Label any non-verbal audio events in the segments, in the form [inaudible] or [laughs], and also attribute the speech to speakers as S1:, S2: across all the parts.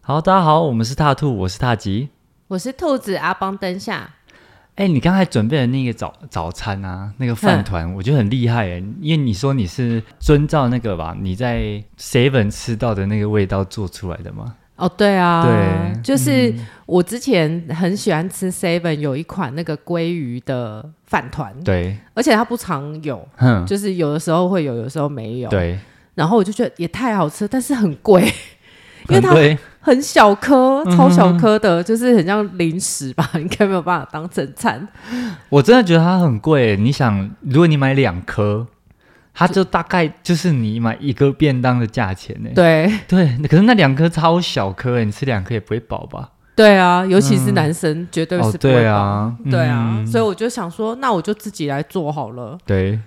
S1: 好，大家好，我们是大兔，我是大吉。
S2: 我是兔子阿邦灯下，
S1: 哎、你刚才准备的那个早早餐啊，那个
S2: 嗯
S1: 饭团，我觉得很厉害哎，因为你说你是遵照那个吧，你在 seven 吃到的那个味道做出来的嘛？
S2: 哦，对啊，
S1: 对嗯
S2: 就是我之前很喜欢吃 Seven 有一款那个鲑鱼的饭团，
S1: 对，
S2: 而且它不常有，
S1: 哼，
S2: 就是有的时候会有，有的时候没有。，
S1: 对，
S2: 然后我就觉得也太好吃，但是很贵， [laughs] 因为
S1: 很
S2: 它
S1: 贵，
S2: 很小颗，
S1: 嗯
S2: 超小颗的，就是很像零食吧， [laughs] 应该没有办法当正餐。
S1: 我真的觉得它很贵。你想，如果你买两颗，它就大概就是你买一个便当的价钱呢。
S2: 对，
S1: 对，可是那两颗超小颗哎，你吃两颗也不会饱吧？
S2: 对啊，尤其是男生，绝对
S1: 嗯哦
S2: 是，不会
S1: 对
S2: 饱。
S1: 啊，
S2: 对啊，
S1: 嗯
S2: 所以我就想说，那我就自己来做好了。
S1: 对，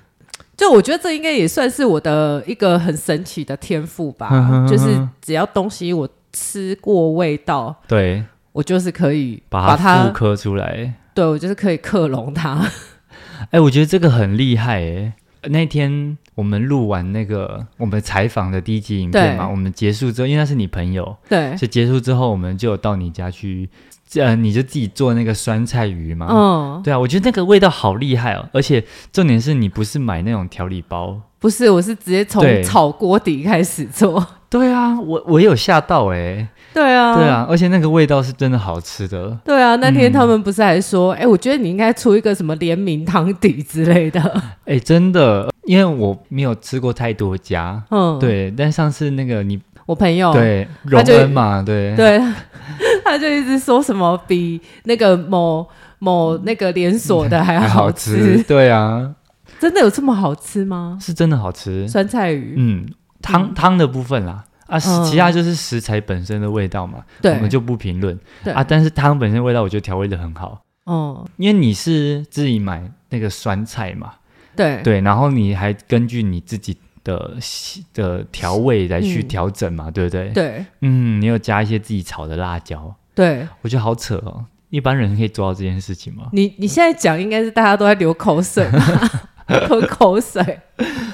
S2: 就我觉得这应该也算是我的一个很神奇的天赋吧，
S1: 哼哼哼
S2: 啊就是只要东西我吃过味道，
S1: [laughs] 对，
S2: 我就是可以
S1: 把
S2: 把
S1: 它
S2: 它，
S1: 复刻出来。
S2: 对我就是可以克隆它。 [laughs]
S1: 哎、我觉得这个很厉害哎、那天我们录完那个我们采访的第一集影片嘛，
S2: 对哎
S1: 我们结束之后，因为那是你朋友，
S2: 对，
S1: 所以结束之后我们就有到你家去，呃，你就自己做那个酸菜鱼嘛。
S2: 嗯，
S1: 对啊，我觉得那个味道好厉害哦，而且重点是你不是买那种调理包。
S2: 不是，我是直接
S1: 对
S2: 从炒锅底开始做。 [laughs]
S1: 对啊，我我有吓到哎、
S2: 对啊，
S1: 对。啊，而嗯且那个味道是真的好吃的。
S2: 对啊，那天他们不是还说，哎、我觉得你应该出一个什么联名汤底之类的， [laughs]
S1: 哎、真的，因为我没有吃过太多家，
S2: 嗯，，
S1: 对，但上次那个你、
S2: 我朋友，
S1: 对荣
S2: 就
S1: 恩嘛，哦对
S2: 对， [laughs] 他就一直说什么比那个某某那个连锁的还
S1: 嗯
S2: 要
S1: 还好
S2: 好
S1: 吃，对啊，
S2: 真的有这么好吃吗？
S1: 是真的好吃。
S2: 酸菜鱼，
S1: 嗯，汤汤的部分啦，啊，
S2: 嗯
S1: 其他就是食材本身的味道嘛，我们
S2: 对，
S1: 就不评论
S2: 对
S1: 啊。但是汤本身味道，我觉得调味的很好，
S2: 哦，
S1: 因为你是自己买那个酸菜嘛，
S2: 对，
S1: 对，然后你还根据你自己的喜的调味来去
S2: 嗯
S1: 调整嘛，对不对？
S2: 对，
S1: 嗯，你有加一些自己炒的辣椒，
S2: 对，
S1: 我觉得好扯哦。一般人可以做到这件事情吗？
S2: 你你现在讲应该是大家都在流口水吧，
S1: [laughs]
S2: 吞口水。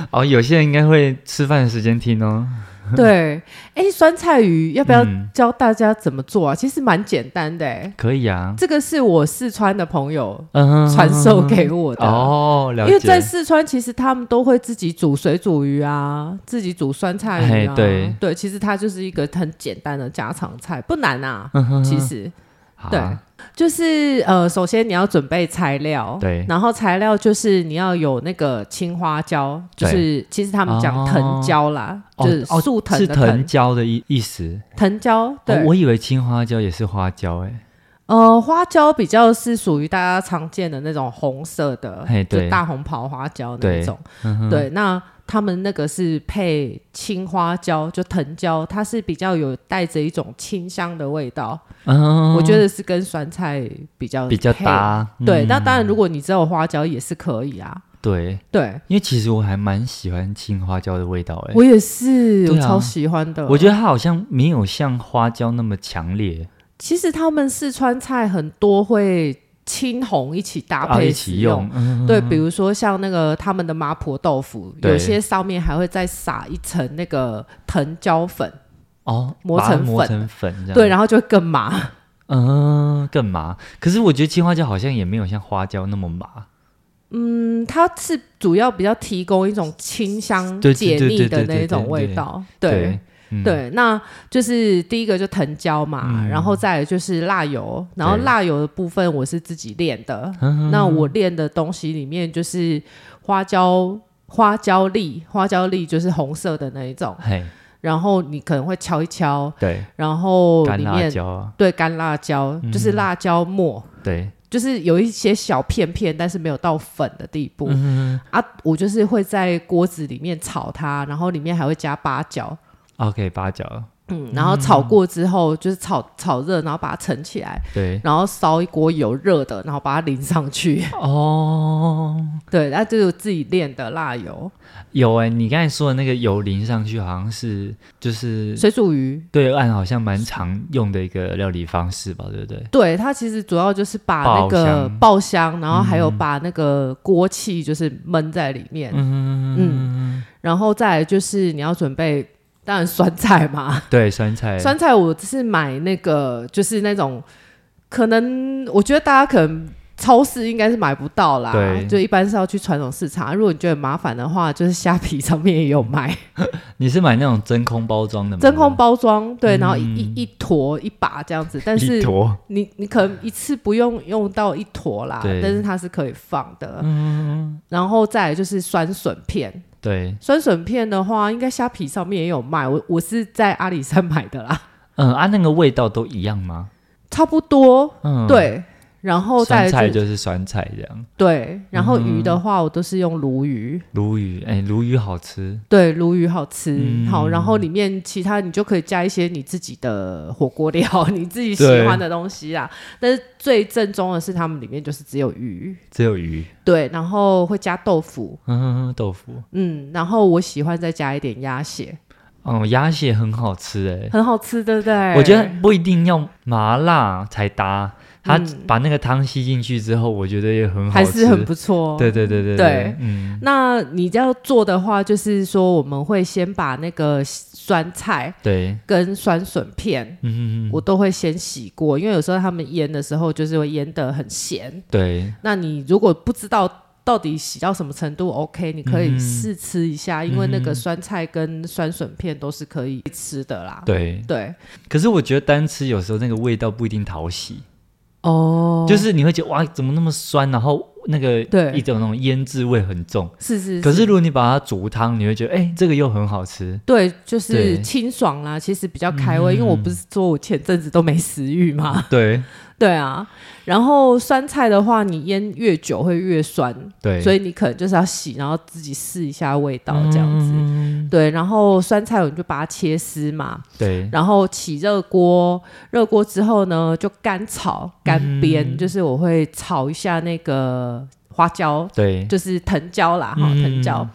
S1: 哦，有些人应该会吃饭的时间听哦。
S2: 对，哎，酸菜鱼要不要
S1: 嗯
S2: 教大家怎么做啊？其实蛮简单的，哎，
S1: 可以啊，
S2: 这个是我四川的朋友
S1: 嗯哼
S2: 传授给我的。
S1: 哦，了
S2: 因
S1: 解。
S2: 为在四川，其实他们都会自己煮水煮鱼啊，自己煮酸菜鱼啊。
S1: 嘿对
S2: 其实它就是一个很简单的家常菜，不难啊。
S1: 嗯哼
S2: 其实，
S1: 好啊
S2: 对就是呃，首先你要准备材料，
S1: 对
S2: 然后材料就是你要有那个青花椒，就
S1: 对
S2: 是其实他们讲藤椒啦，
S1: 哦
S2: 就是
S1: 哦
S2: 树藤
S1: 是
S2: 的藤，
S1: 藤椒的意意思。
S2: 藤椒啊对，
S1: 哦我以为青花椒也是花椒哎。
S2: 呃，花椒比较是属于大家常见的那种红色的
S1: 嘿，
S2: 就
S1: 对
S2: 大红袍花椒那
S1: 对
S2: 一种。
S1: 嗯哼
S2: 对，那他们那个是配青花椒，就藤椒，它是比较有带着一种清香的味道。
S1: 嗯，
S2: 我觉得是跟酸菜比较
S1: 比较
S2: 配。
S1: 搭。
S2: 对，
S1: 嗯
S2: 那当然，如果你只有花椒也是可以啊。
S1: 对，
S2: 对，
S1: 因为其实我还蛮喜欢青花椒的味道哎。
S2: 我也是，
S1: 对
S2: 我
S1: 啊
S2: 超喜欢的。
S1: 我觉得它好像没有像花椒那么强烈，
S2: 其实他们四川菜很多会青红一起搭
S1: 啊，
S2: 配
S1: 一
S2: 使
S1: 起
S2: 用
S1: 用。。嗯
S2: 对，比如说像那个他们的麻婆豆腐，
S1: 对
S2: 有些上面还会再撒一层那个藤椒粉，
S1: 哦，
S2: 磨
S1: 把它
S2: 成
S1: 磨
S2: 粉
S1: 成粉这样。
S2: 对，然后就会更麻。
S1: 嗯，更麻。可是我觉得青花椒好像也没有像花椒那么麻。
S2: 嗯，它是主要比较提供一种清香
S1: 对
S2: 解
S1: 对
S2: 腻
S1: 对
S2: 的
S1: 对
S2: 那
S1: 对
S2: 一种
S1: 对
S2: 味
S1: 对
S2: 道，
S1: 对，嗯
S2: 对，那就是第一个就藤椒嘛，然后再来就是辣油，然后
S1: 对嗯
S2: 辣油的部分我是自己炼的，那我炼的东西里面就是花椒。花椒粒，花椒粒就是红色的那一种，
S1: 嘿，
S2: 然后你可能会敲一敲，
S1: 对，
S2: 然后
S1: 干
S2: 里
S1: 辣
S2: 面
S1: 椒嗯啊，
S2: 对干辣椒、就是辣椒末，
S1: 对，
S2: 就是有一些小片片，但是没有到粉的地步、
S1: 嗯
S2: 啊。我就是会在锅子里面炒它，然后里面还会加八角，
S1: OK，八角，
S2: 嗯，然后炒过之后就是炒炒热，然后把它盛起来，
S1: 对，
S2: 然后烧一锅油热的，然后把它淋上去。 [laughs]
S1: 哦，
S2: 对，那就是我自己炼的辣油
S1: 有哎、你刚才说的那个油淋上去，好像是就是
S2: 水煮鱼。
S1: 对岸好像蛮常用的一个料理方式吧，对不对？
S2: 对，它其实主要就是把那个爆香，嗯然后还有把那个锅气就是焖在里面，嗯嗯，然后再来就是你要准备当然酸菜嘛，
S1: 对，酸菜，
S2: 酸菜我是买那个就是那种，可能我觉得大家可能。超市应该是买不到啦
S1: 对，
S2: 就一般是要去传统市场。啊如果你觉得麻烦的话，就是虾皮上面也有卖，
S1: 嗯你是买那种真空包装的吗？
S2: 真空包装，对，然后一、一一坨一把这样子，但
S1: 嗯一
S2: 是
S1: 坨，
S2: 你你可能一次不用用到一坨啦，
S1: 对嗯
S2: 但是它是可以放的。然后再来就是酸笋片，
S1: 对，
S2: 酸笋片的话，应该虾皮上面也有卖，我我是在阿里山买的啦，
S1: 嗯啊，那个味道都一样吗？
S2: 差不多，
S1: 嗯，，
S2: 对。然后再
S1: 酸菜
S2: 来就
S1: 就是嗯酸菜这样，
S2: 对，然后鱼的话，我都是用鲈鱼。
S1: 鲈鱼，哎，鲈鱼好吃，
S2: 对，鲈鱼好吃，
S1: 嗯
S2: 好，然后里面其他你就可以加一些你自己的火锅料， [laughs] 你自己喜
S1: 对
S2: 欢的东西啦。但是最正宗的是他们里面就是只有鱼，
S1: 只有鱼，
S2: 对，然后会加豆腐，
S1: 嗯，豆腐，
S2: 嗯，然后我喜欢再加一点鸭血，
S1: 嗯，鸭血很好吃哎、
S2: 很好吃，对不对？
S1: 我觉得不一定要麻辣才搭，它
S2: 嗯
S1: 把那个汤吸进去之后，我觉得也很好
S2: 还
S1: 吃，
S2: 是很不错，
S1: 对对对对
S2: 对
S1: 嗯，
S2: 那你要做的话，就是说我们会先把那个酸菜
S1: 对，
S2: 跟酸笋片，
S1: 嗯，
S2: 我都会先洗过，因为有时候他们腌的时候就是会腌得很咸，
S1: 对，
S2: 那你如果不知道到底洗到什么程度，OK，你可以试吃一下，因为那个酸菜跟酸笋片都是可以吃的啦。
S1: 对。
S2: 对，
S1: 可是我觉得单吃有时候那个味道不一定讨喜，
S2: 哦
S1: 就是你会觉得哇，怎么那么酸，然后那个
S2: 对
S1: 一种那种腌制味很重。
S2: 是是
S1: 可是如果你把它煮汤，你会觉得哎、这个又很好吃。
S2: 对，就是
S1: 对
S2: 清爽啦，其实比较开胃，因为我不是说我前阵子都没食欲 [laughs] 嘛，
S1: 对
S2: 对啊。然后酸菜的话，你腌越久会越酸，
S1: 对，
S2: 所
S1: 以
S2: 以你可能就是要洗，然后自己试一下味道这样子。
S1: 嗯
S2: 对，然后酸菜我们就把它切丝嘛，
S1: 对
S2: 然后起热锅，热锅之后呢，就干炒干
S1: 嗯
S2: 煸，就是我会炒一下那个花椒，
S1: 对
S2: 就是藤椒啦，哈、
S1: 嗯
S2: 藤椒，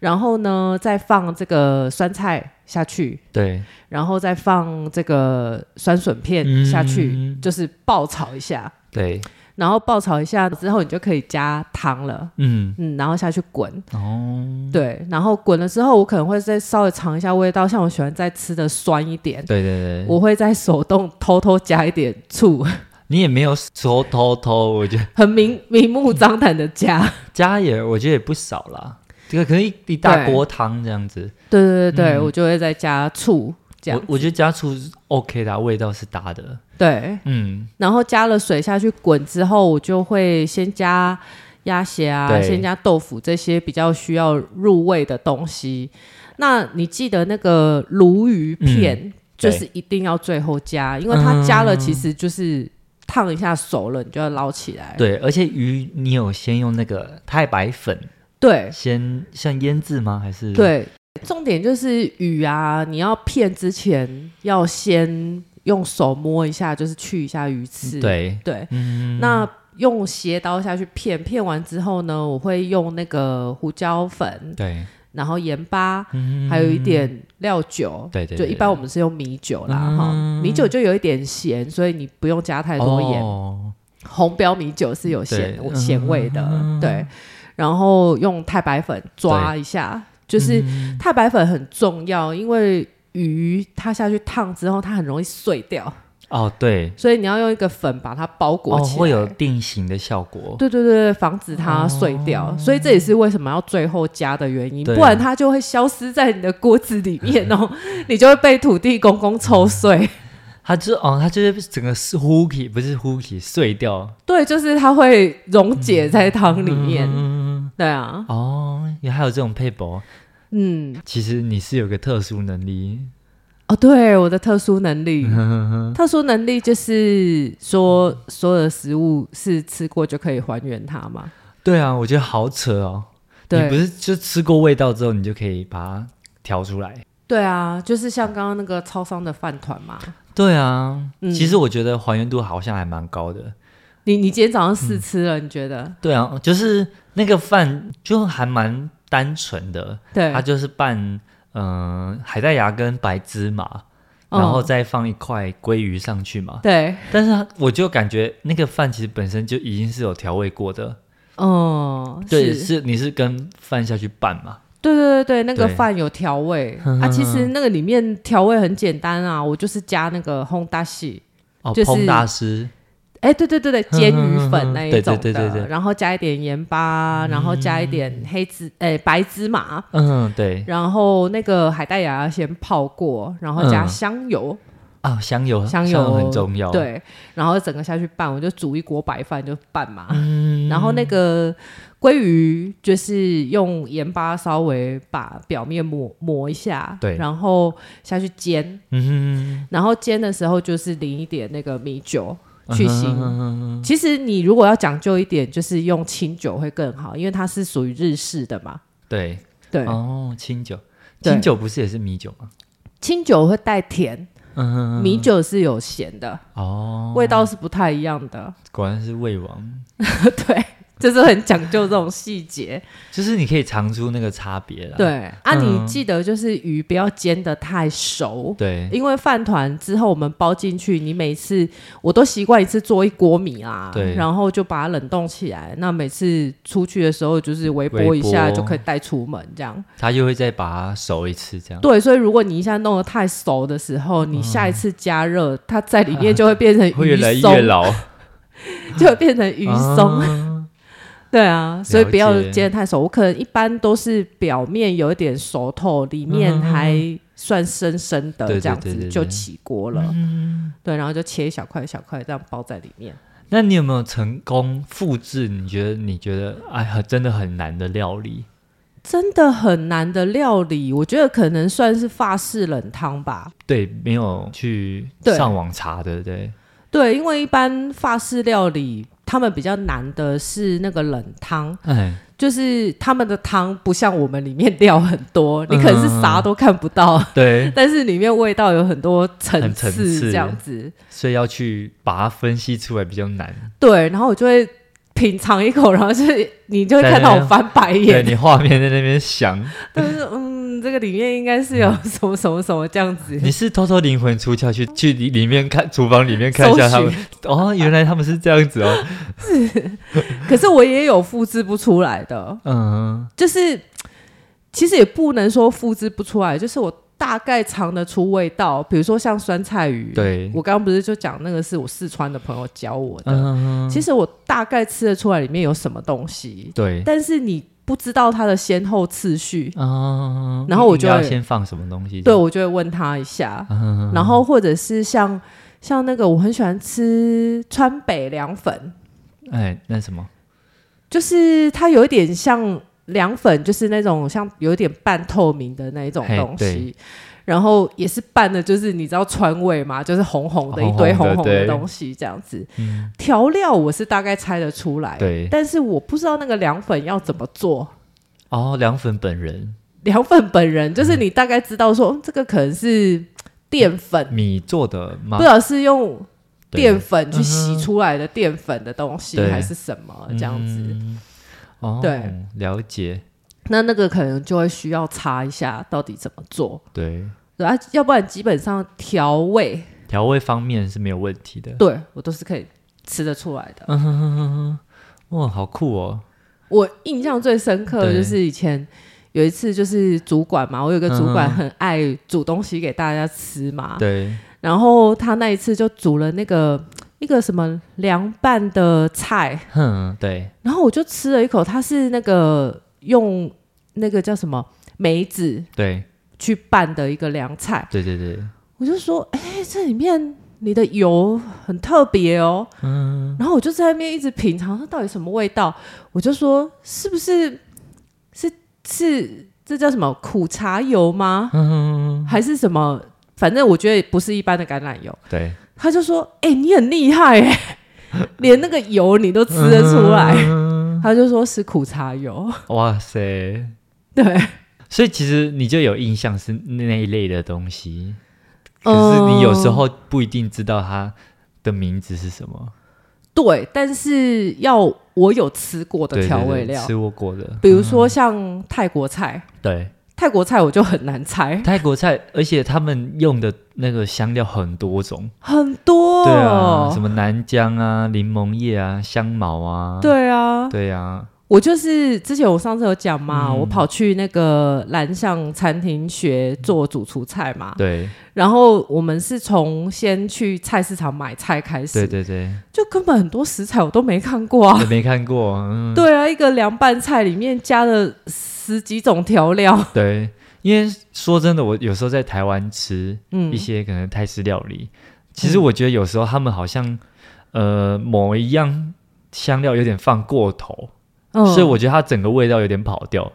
S2: 然后呢再放这个酸菜下去，
S1: 对，
S2: 然后再放这个酸笋片下去，
S1: 嗯
S2: 就是爆炒一下，
S1: 对，
S2: 然后爆炒一下之后，你就可以加汤了。
S1: 嗯，
S2: 嗯，然后下去滚，
S1: 哦，
S2: 对，然后滚了之后，我可能会再稍微尝一下味道，像我喜欢再吃的酸一点，
S1: 对对对，
S2: 我会在手动偷偷加一点醋， [laughs]
S1: 你也没有说偷偷，我觉得
S2: 很明 [laughs] 明目张胆的加。
S1: 加也我觉得也不少啦，这个可能一一大锅汤这样子，
S2: 对对对对，我就会再加醋，这
S1: 嗯
S2: 样
S1: 我我觉得加醋是 OK 的啊、味道是搭的，
S2: 对。
S1: 嗯，
S2: 然后加了水下去滚之后，我就会先加鸭血啊，
S1: 对
S2: 先加豆腐这些比较需要入味的东西。那你记得那个鲈鱼片，
S1: 对
S2: 就是一定要最后加，因为它加了其实就是烫一下熟了，你就要捞起来。
S1: 对，而且鱼你有先用那个太白粉
S2: 对，
S1: 先像腌制吗？还是，
S2: 对，重点就是雨啊，你要片之前要先用手摸一下，就是去一下鱼刺。
S1: 对
S2: 对，
S1: 嗯
S2: 那用斜刀下去片，片完之后呢，我会用那个胡椒粉，
S1: 对，
S2: 然后盐巴，
S1: 嗯
S2: 还有一点料酒。
S1: 对对
S2: 就
S1: 对嗯
S2: 一般我们是用米酒啦，哈、米酒就有一点咸，所以你不用加太多盐。
S1: 哦
S2: 红标米酒是有咸
S1: 对嗯
S2: 咸味的，对。然后用太白粉抓一下，就是
S1: 嗯
S2: 太白粉很重要，因为鱼它下去烫之后，它很容易碎掉，
S1: 哦对，
S2: 所以你要用一个粉把它包裹
S1: 哦
S2: 起来。
S1: 会有定型的效果，
S2: 对对对对，防止它
S1: 哦
S2: 碎掉，所以这也是为什么要最后加的原因，
S1: 对啊
S2: 不然它就会消失在你的锅子里面
S1: [laughs]
S2: 哦，你就会被土地公公抽碎。
S1: 它就哦它就是整个是 hooky 不是 hooky 碎掉
S2: 对，就是它会溶解
S1: 嗯
S2: 在汤里面。对啊，
S1: 哦，也还有这种配博，
S2: 嗯，
S1: 其实你是有个特殊能力，
S2: 哦，对，我的特殊能力，
S1: 嗯
S2: 特殊能力就是说，所有的食物是吃过就可以还原它嘛。
S1: 对啊，我觉得好扯哦。你不
S2: 对，
S1: 是就吃过味道之后，你就可以把它调出来？
S2: 对啊，就是像刚刚那个超商的饭团嘛。
S1: 对啊，
S2: 嗯
S1: 其实我觉得还原度好像还蛮高的。
S2: 你你今天早上试
S1: 嗯
S2: 吃了，你觉得？
S1: 对啊，就是那个饭就还蛮单纯的，
S2: 对
S1: 它，就是拌嗯、呃海带芽跟白芝麻，然后
S2: 嗯
S1: 再放一块鲑鱼上去嘛。
S2: 对，
S1: 但是它我就感觉那个饭其实本身就已经是有调味过的，
S2: 嗯，
S1: 对，
S2: 是
S1: 是你是跟饭下去拌嘛？
S2: 对对对对，那个
S1: 对嗯
S2: 饭有调味
S1: [laughs] 哼哼
S2: 啊，
S1: 哼
S2: 其实那个里面调味很简单啊，我就是加那个烘大喜，
S1: 哦，
S2: 就是
S1: 烹大师，
S2: 哎，对对对
S1: 嗯
S2: 对，煎鱼粉那一种的，
S1: 对对对嗯对对
S2: 然后加一点盐巴，然后加一点黑芝，哎，白芝麻，
S1: 嗯，对
S2: 然后那个海带芽先泡过，然后加
S1: 嗯
S2: 香油，
S1: 啊，香油，
S2: 香
S1: 油
S2: 油
S1: 很重要，，
S2: 对，然后整个下去拌，我就煮一锅白饭就拌嘛，
S1: 嗯，
S2: 然后那个鲑鱼就是用盐巴稍微把表面抹抹一下，
S1: 对
S2: 然后下去煎，
S1: 嗯
S2: 然后煎的时候就是淋一点那个米酒
S1: 哼，
S2: 去腥。
S1: 嗯哼
S2: 其实你如果要讲究一点，就是用清酒会更好，因为它是属于日式的嘛。
S1: 对，
S2: 对，
S1: 哦，清酒，
S2: 对
S1: 清酒不是也是米酒吗？
S2: 清酒会带甜，
S1: 嗯哼，
S2: 米酒是有咸的，
S1: 哦，
S2: 味道是不太一样的。 [laughs]
S1: 果然是魏王，
S2: 对，就是很讲究这种细节。
S1: 就是你可以尝出那个差别啦，
S2: 对啊，你
S1: 嗯
S2: 记得就是鱼不要煎的太熟。
S1: 对
S2: 因为饭团之后我们包进去，你每次我都习惯一次做一锅米啦，
S1: 对
S2: 然后就把它冷冻起来。那每次出去的时候就是微波一下
S1: 微波
S2: 就可以带出门，这样。
S1: 他就会再把它熟一次，这样，
S2: 对，所以如果你一下弄得太熟的时候，你下一次加热，它在里面就会变成
S1: 嗯 [laughs] 会越来
S2: 鱼
S1: 越
S2: 松，
S1: 老， [laughs]
S2: 就会变成鱼松。
S1: 啊
S2: [laughs] 对啊，所以不要
S1: 了解
S2: 煎得太熟。我可能一般都是表面有一点熟透，里面
S1: 嗯
S2: 还算生生的
S1: 对对
S2: 这样
S1: 对对嗯
S2: 子
S1: 对
S2: 就起锅了。对，然后就切一小块一小块这样包在里面。
S1: 那你有没有成功复制？你觉得你觉得哎，很真的很难的料理？
S2: 真的很难的料理，我觉得可能算是法式冷汤吧。
S1: 对，没有去
S2: 对
S1: 上网查的，对，
S2: 对，因为一般法式料理他们比较难的是那个冷汤，
S1: 哎，
S2: 就是他们的汤不像我们里面料很多，你
S1: 嗯
S2: 可能是啥都看不到，
S1: 对，
S2: 但是里面味道有很多层
S1: 很层
S2: 次
S1: 次
S2: 这样子。
S1: 所以要去把它分析出来比较
S2: [laughs]
S1: 难。
S2: 对，然后我就会品尝一口，然后就是你就会看到我翻白
S1: 对
S2: 眼，
S1: 你画面在那边想，
S2: [laughs] 但是嗯，这个里面应该是有什么什么什么这样子。
S1: 嗯你是偷偷灵魂出窍去去里里面看厨房里面看一下他们
S2: 搜
S1: 哦，原来他们是这样子
S2: [laughs]
S1: 哦，
S2: 可是我也有复制不出来的，
S1: 嗯，
S2: 就是其实也不能说复制不出来，就是我大概尝得出味道，比如说像酸菜鱼，
S1: 对，
S2: 我刚刚不是就讲那个是我四川的朋友教我的，
S1: 嗯，
S2: 其实我大概吃得出来里面有什么东西，
S1: 对，
S2: 但是你不知道它的先后次序，
S1: 嗯，
S2: 然后我
S1: 你
S2: 就
S1: 要
S2: 会
S1: 先放什么东西？
S2: 对我就会问他一下，
S1: 嗯，
S2: 然后或者是像像那个我很喜欢吃川北凉粉，
S1: 哎，那什么，
S2: 就是它有一点像凉粉，就是那种像有一点半透明的那一种
S1: 嘿
S2: 东西
S1: 对。
S2: 然后也是拌的，就是你知道川味嘛，就是红红的一
S1: 红红
S2: 堆
S1: 的
S2: 红红的
S1: 对
S2: 东西这样子。
S1: 嗯，
S2: 调料我是大概猜得出来，
S1: 对
S2: 哎但是我不知道那个凉粉要怎么做。
S1: 哦，凉粉本人
S2: 凉粉本人就是你大概知道说、嗯这个可能是淀粉，
S1: 米做的吗
S2: 不知？道是用
S1: 对
S2: 啊淀粉去洗出来的淀粉的东西
S1: 嗯哼
S2: 还是什么啊这样子。
S1: 嗯哦，
S2: 对，
S1: 了解，
S2: 那那个可能就会需要查一下到底怎么做，
S1: 对，
S2: 对啊，要不然基本上调味
S1: 调味方面是没有问题的。
S2: 对我都是可以吃得出来的。
S1: 嗯哼哼哼哼，哇，好酷哦！
S2: 我印象最深刻的
S1: 对
S2: 就是以前。有一次就是主管嘛，我有个主管
S1: 嗯哼
S2: 很爱煮东西给大家吃嘛，
S1: 对，
S2: 然后他那一次就煮了那个一个什么凉拌的菜，
S1: 哼，对，
S2: 然后我就吃了一口，它是那个用那个叫什么梅子
S1: 对，
S2: 去拌的一个凉菜，
S1: 对对对，
S2: 我就说，哎、这里面你的油很特别哦，嗯，然后我就在那边一直品尝它到底什么味道，我就说是不是是是这叫什么苦茶油吗？
S1: 嗯，
S2: 还是什么？反正我觉得不是一般的橄榄油。
S1: 对，
S2: 他就说：“哎、你很厉害哎、 [laughs] 连那个油你都吃得出来。
S1: 嗯
S2: 他就说是苦茶油， [laughs]
S1: 哇塞！
S2: 对，
S1: 所以其实你就有印象是那一类的东西，可是你有时
S2: 嗯
S1: 候不一定知道它的名字是什么。
S2: 对，但是要我有吃过呃的
S1: 对，对
S2: 调
S1: 对
S2: 味料，
S1: 吃过过的，
S2: 比如说像泰国菜，
S1: 对，
S2: 泰国菜我就很难猜，
S1: 泰国菜，而且他们用的那个香料很多种，
S2: 很多，
S1: 对啊，什么南姜啊、柠檬叶啊、香茅啊，
S2: 对啊
S1: 对啊，
S2: 我就是之前我上次有讲嘛，
S1: 嗯
S2: 我跑去那个蓝象餐厅学做主厨菜嘛，
S1: 对
S2: 然后我们是从先去菜市场买菜开始，
S1: 对对对，
S2: 就根本很多食材我都没看过啊。
S1: 也没看过，嗯，
S2: 对啊，一个凉拌菜里面加了十几种调料，
S1: 对，因为说真的，我有时候在台湾吃
S2: 嗯
S1: 一，些可能泰式料理，其实我觉得有时候他们好像呃某一样香料有点放过头，
S2: 嗯
S1: 所以我觉得它整个味道有点跑掉，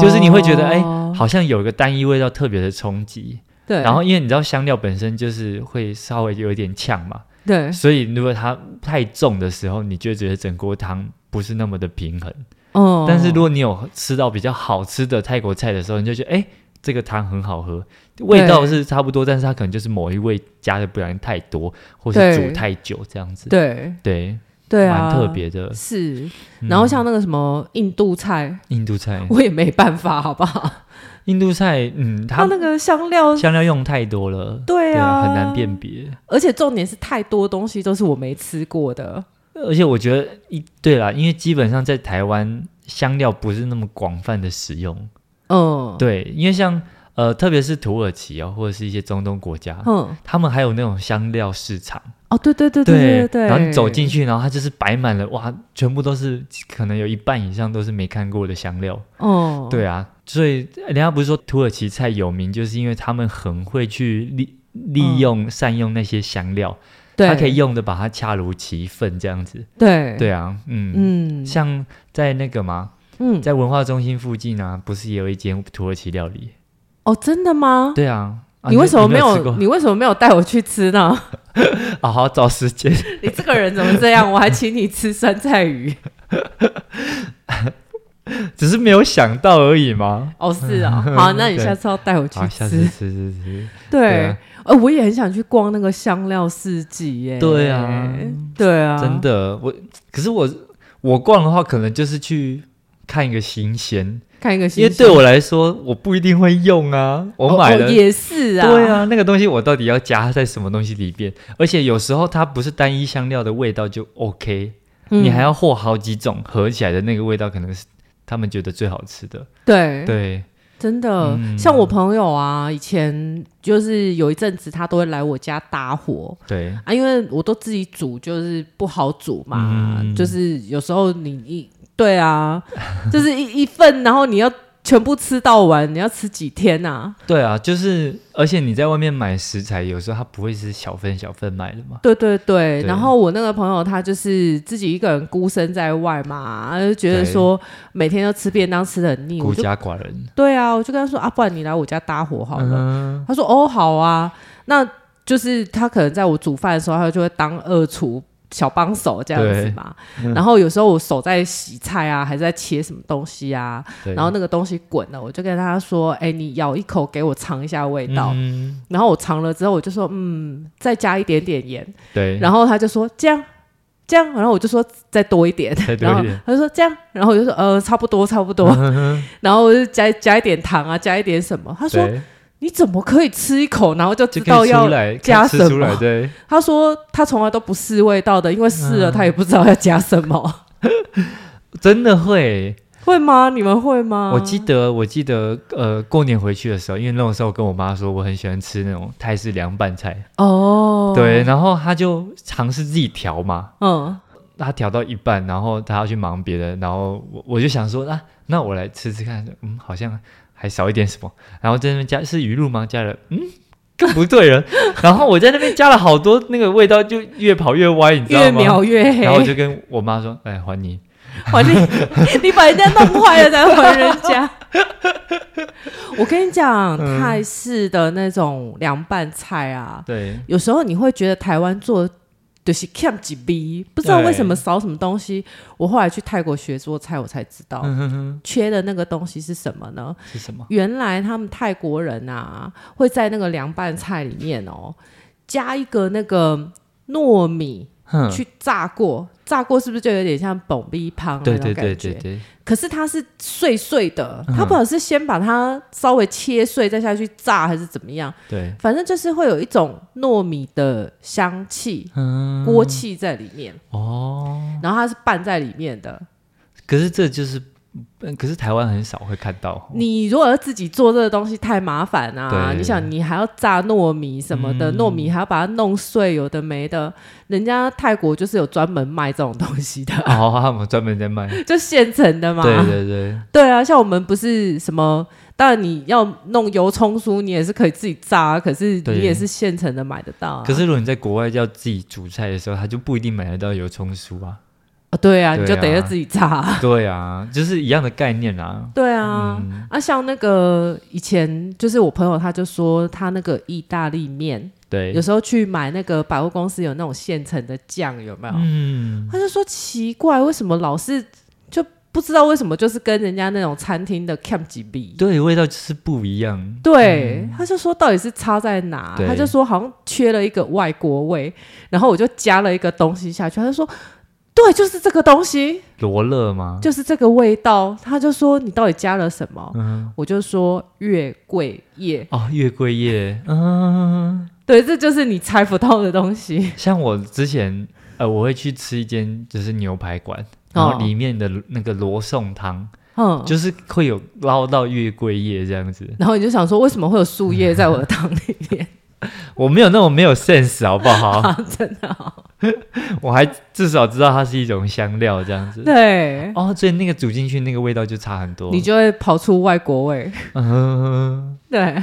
S1: 就是你会觉得哎
S2: 哦
S1: 好像有一个单一味道特别的冲击。
S2: 对，
S1: 然后因为你知道香料本身就是会稍微有一点呛嘛，
S2: 对，
S1: 所以如果它太重的时候，你就会觉得整锅汤不是那么的平衡。
S2: 嗯，
S1: 但是如果你有吃到比较好吃的泰国菜的时候，你就觉得哎、诶这个汤很好喝，味道是差不多，但是它可能就是某一味加的不然太多，或是
S2: 对
S1: 煮太久这样子。
S2: 对
S1: 对，
S2: 对啊，
S1: 蛮特别的。
S2: 是。
S1: 嗯
S2: 然后像那个什么印度菜，
S1: 印度菜，
S2: 我也没办法，好不好？
S1: 印度菜，嗯，
S2: 它
S1: 它
S2: 那个香料，
S1: 香料用太多了，
S2: 对啊，
S1: 很难辨。别。
S2: 而且重点是太多东西都是我没吃过的，
S1: 而且我觉得一对啦，因为基本上在台湾香料不是那么广泛的使用，
S2: 嗯，，
S1: 对，因为像呃，特别是土耳其啊、或者是一些中东国家，
S2: 嗯，
S1: 他们还有那种香料市场。
S2: 哦，对对对对对，
S1: 然后你走进，去，然后它就是摆满了，哇，全部都是可能有一半以上都是没看过的香料。
S2: 哦，
S1: 对啊，所以人家不是说土耳其菜有名，就是因为他们很会去利利用、善用那些香料，
S2: 对，
S1: 它可以，用的把它恰如其分这样子。
S2: 对，
S1: 对啊，嗯，
S2: 嗯，
S1: 像在那个嘛，
S2: 嗯，
S1: 在文化中心附近啊，不是也有一间土耳其料理？
S2: 哦，真的吗？
S1: 对啊。啊
S2: 你为什么
S1: 没
S2: 没
S1: 吃
S2: 有？
S1: 过？
S2: 你为什么没有带我去吃呢？
S1: [laughs]
S2: [laughs]
S1: 啊，好找时间。
S2: 你这个人怎么这样？我还请你吃酸菜 [laughs] 鱼。
S1: 只是没有想到而已嘛。
S2: 哦，是 [laughs] 啊，好，那你
S1: 对
S2: 下次要带我去
S1: 好，下次
S2: 吃。
S1: 吃吃
S2: [laughs]
S1: 吃。对
S2: 对
S1: 啊，
S2: 呃，我也很想去逛那个香料市集耶。
S1: 对啊，
S2: 对啊，
S1: 真的，我可是我我逛的话，可能就是去看一个新鲜，
S2: 看一个新
S1: 因
S2: 鲜，
S1: 为对我来说，我不一定会用啊。我买了，
S2: 哦哦也是啊，
S1: 对，啊，那个东西我到底要加在什么东西里边？而且有时候它不是单一香料的味道就 OK，、
S2: 嗯
S1: 你还要和好几种合起来的那个味道，可能是他们觉得最好吃的。
S2: 对
S1: 对，
S2: 真的，
S1: 嗯
S2: 像我朋友啊，以前就是有一阵子他都会来我家搭伙。
S1: 对，
S2: 啊，因为我都自己煮，就是不好煮嘛，
S1: 嗯
S2: 就是有时候你一对啊， [laughs] 就是一一份，然后你要全部吃到完，你要吃几天啊？
S1: 对啊，就是，而且你在外面买食材，有时候它不会是小份小份买的嘛。
S2: 对对对，
S1: 对
S2: 然后我那个朋友他就是自己一个人孤身在外嘛，他就觉得
S1: 对
S2: 说每天都吃便当吃的很腻，我
S1: 孤
S2: 就
S1: 家寡人，
S2: 对啊，我就跟他说啊，不然你来我家搭伙好了。
S1: 嗯
S2: 他说哦，好啊，那就是他可能在我煮饭的时候，他就会当二厨小帮手这样子嘛。然后有时候我手在洗菜啊，还是在切什么东西啊，
S1: 对
S2: 然后那个东西滚了，我就跟他说，哎、你咬一口给我尝一下味道。
S1: 嗯，
S2: 然后我尝了之后，我就说，嗯，再加一点点盐。
S1: 对，
S2: 然后他就说这样。这样，然后我就说再多一
S1: [laughs]
S2: 点，
S1: 再多
S2: 然后
S1: 一点
S2: 他就说这样，然后我就说呃差不多差
S1: [laughs]
S2: 不多，然后我就加加一点糖啊，加一点什么。他说
S1: 对
S2: 你怎么可以吃一口，然后就知
S1: 就可
S2: 道
S1: 以出
S2: 要？
S1: 来
S2: 加
S1: 可以
S2: 什
S1: 吃出来，
S2: 么嗯
S1: 对，
S2: 他说他从来都不试味道的，因为试了他也不知道要加什么，
S1: [laughs] 真的会。
S2: 会吗？你们会吗？
S1: 我记得，我记得，呃，过年回去的时候，因为那种时候我跟我妈说我很喜欢吃那种泰式凉拌菜，
S2: 哦，
S1: 对，，然后她就尝试自己调嘛，
S2: 嗯，
S1: 她调到一半，然后她要去忙别的，然后我我就想说，啊，那我来吃吃看，嗯，好像还少一点什么，然后在那边加是鱼露吗？加了，嗯。更不对了， [laughs] 然后我在那边加了好多，那个味道就越跑越歪，你知道
S2: 越
S1: 吗？
S2: 描越黑。
S1: 然
S2: [laughs]
S1: 后我就跟我妈说：“哎，还你。
S2: 还你，你把人家弄坏了才还人
S1: [laughs]
S2: 家。我跟你讲，
S1: 嗯
S2: 泰式的那种凉拌菜啊”，
S1: 对，
S2: 有时候你会觉得台湾做就是 c a m 几逼，不知道为什么
S1: 对
S2: 少什么东西。我后来去泰国学做菜，我才知道、
S1: 嗯哼哼，
S2: 缺的那个东西是什么呢？
S1: 是什么？
S2: 原来他们泰国人啊，会在那个凉拌菜里面哦，加一个那个糯米
S1: 哼，
S2: 去炸过，炸过是不是就有点像蹦逼汤啊那
S1: 对
S2: 种
S1: 对
S2: 感觉？
S1: 对对对，
S2: 可是它是碎碎的，
S1: 嗯
S2: 它不知道是先把它稍微切碎再下去炸，还是怎么样？
S1: 对，
S2: 反正就是会有一种糯米的香气、
S1: 嗯，
S2: 锅气在里面，
S1: 哦，
S2: 然后它是拌在里面的。
S1: 可是这就是，嗯可是台湾很少会看到哦。
S2: 你如果要自己做这个东西太麻烦啊！
S1: 对嗯
S2: 你想，你还要炸糯米什么的，糯米还要把它弄碎，有的没的。人家泰国就是有专门卖这种东西的，
S1: [laughs]
S2: [laughs]
S1: 哦，他们专门在卖。对
S2: 就现成的嘛。
S1: 对对，
S2: 对啊，像我们不是什么，当然你要弄油葱酥，你也是可以自己炸，可是
S1: 对
S2: 你也是现成的买得到、啊。
S1: 可是如果你在国外要自己煮菜的时候，他就不一定买得到油葱酥
S2: [laughs]
S1: 啊。
S2: 哦，对啊，
S1: 对啊
S2: 你就等着自己炸啊、
S1: 对啊，就是一样的概念啊。
S2: 对啊，啊，像那个以前就是我朋友，他就说他那个意大利面，有
S1: 对，
S2: 时候去买那个百货公司有那种现成的酱，有没有？
S1: 嗯，
S2: 他就说奇怪，为什么老是就不知道为什么就是跟人家那种餐厅的 cam 几比？
S1: 对，味道就是不一样。
S2: 对，他就说到底是差在哪？
S1: 嗯对
S2: 他就说好像缺了一个外国味，然后我就加了一个东西下去，他就说。对，就是这个东西，
S1: 罗勒吗？
S2: 就是这个味道。他就说你到底加了什么？
S1: 嗯，
S2: 我就说月桂叶。
S1: 哦，月桂叶，嗯，
S2: 对，这就是你猜不到的东西。
S1: 像我之前，呃，我会去吃一间就是牛排馆，然后
S2: 哦
S1: 里面的那个罗宋汤，
S2: 嗯，
S1: 就是会有捞到月桂叶这样子。
S2: 然后你就想说，为什么会有树叶在我的汤里面？
S1: 我没有那种没有 sense 好不好？
S2: [laughs] 啊，真的哦、
S1: 我还至少知道它是一种香料这样子。
S2: 对，
S1: 哦，所以那个煮进去那个味道就差很多。
S2: 你就会跑出外国味。
S1: 嗯，
S2: 对，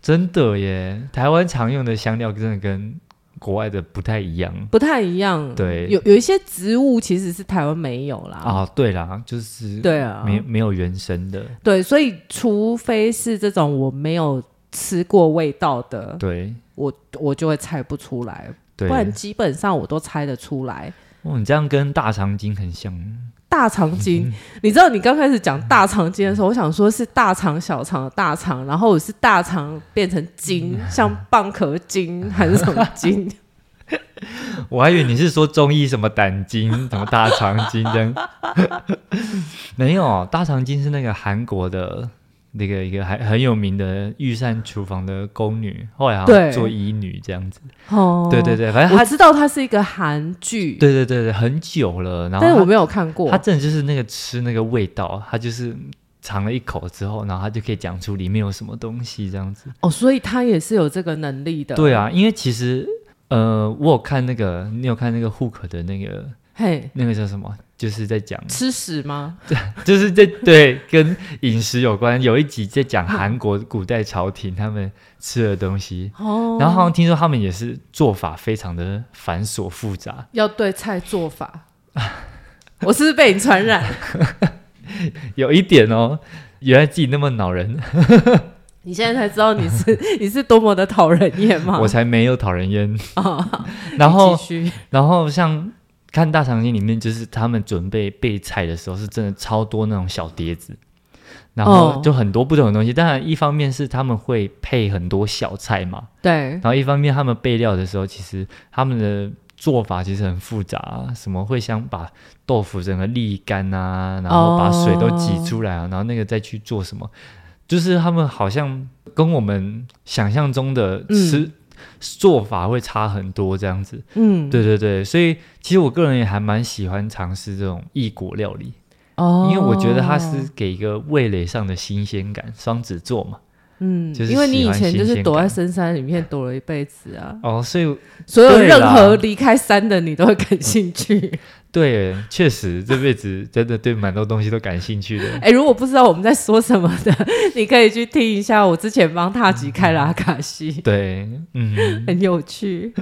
S1: 真的耶，台湾常用的香料真的跟国外的不太一样。
S2: 不太一样。
S1: 对
S2: 嗯有有一些植物其实是台湾没有啦。
S1: 啊，对啦，就是
S2: 对啊，
S1: 没没有原生的，
S2: 对，所以除非是这种我没有吃过味道的，
S1: 对
S2: 我我就会猜不出来，不
S1: 对。
S2: 然基本上我都猜得出来。
S1: 哦，你这样跟大肠经很像。
S2: 大肠
S1: 嗯
S2: 经，你知道你刚开始讲大肠经的时候，我想说是大肠小肠的大肠，然后我是大肠变成筋，
S1: 嗯
S2: 像蚌
S1: [laughs]
S2: 壳筋还是什么筋？
S1: 我还以为你是说中医什么胆经、 [laughs] 什么大肠经这样， [laughs] 没有，大肠经是那个韩国的那个一个还很有名的御膳厨房的宫女，后来好像
S2: 对
S1: 做医女这样子。
S2: 哦，
S1: 对对对，反正
S2: 我
S1: 她，
S2: 知道它是一个韩剧，
S1: 对对对对，很久了。然
S2: 但是我
S1: 后
S2: 没有看
S1: 她
S2: 过
S1: 她。真的就是那个吃那个味道，她就是尝了一口之后，然后她就可以讲出里面有什么东西这样子。
S2: 哦，所以他也是有这个能力的。
S1: 对，啊，因为其实呃，我有看那个，你有看那个 Hook 的那个
S2: 嘿，
S1: 那个叫什么？就是在讲
S2: 吃屎吗？
S1: [laughs] 就是在对跟饮食有关，有一集在讲韩国古代朝廷他们吃的东西，
S2: 哦，
S1: 然后好像听说他们也是做法非常的繁琐复杂，
S2: 要对菜
S1: [laughs]
S2: 做法。我是不是被你传染？
S1: 有一点哦，原来自己那么恼人，
S2: 你现在才知道你是 [laughs] 你是多么的讨人厌吗？
S1: 我才没有讨人厌。
S2: 啊，
S1: 然后
S2: 你继，啊续
S1: 然后像看大长今里面，就是他们准备备菜的时候，是真的超多那种小碟子。然后
S2: 哦
S1: 就很多不同的东西，当然一方面是他们会配很多小菜嘛，
S2: 对
S1: 然后一方面他们备料的时候，其实他们的做法其实很复杂、啊什么会想把豆腐整个沥干啊，然后把水都挤出来啊，然后那个再去做什么，就是他们好像跟我们想象中的吃、做法会差很多这样子。
S2: 嗯
S1: 对对对，所以其实我个人也还蛮喜欢尝试这种异国料理，
S2: 哦
S1: 因为我觉得它是给一个味蕾上的新鲜感。双子座嘛，
S2: 嗯
S1: 就是
S2: 因为你以前就
S1: 喜欢新
S2: 是
S1: 鲜
S2: 躲在
S1: 感
S2: 深山里面躲了一辈子啊，
S1: 哦，所以
S2: 所有
S1: 对啦
S2: 任何离开山的你都会感兴 [laughs] 趣。
S1: 对，确实这辈子真的对蛮多东西都感兴趣的。
S2: 哎，如果不知道我们在说什么的， [laughs] 你可以去听一下我之前帮塔吉开了阿卡西，
S1: 对， [laughs] 嗯，
S2: 很有趣。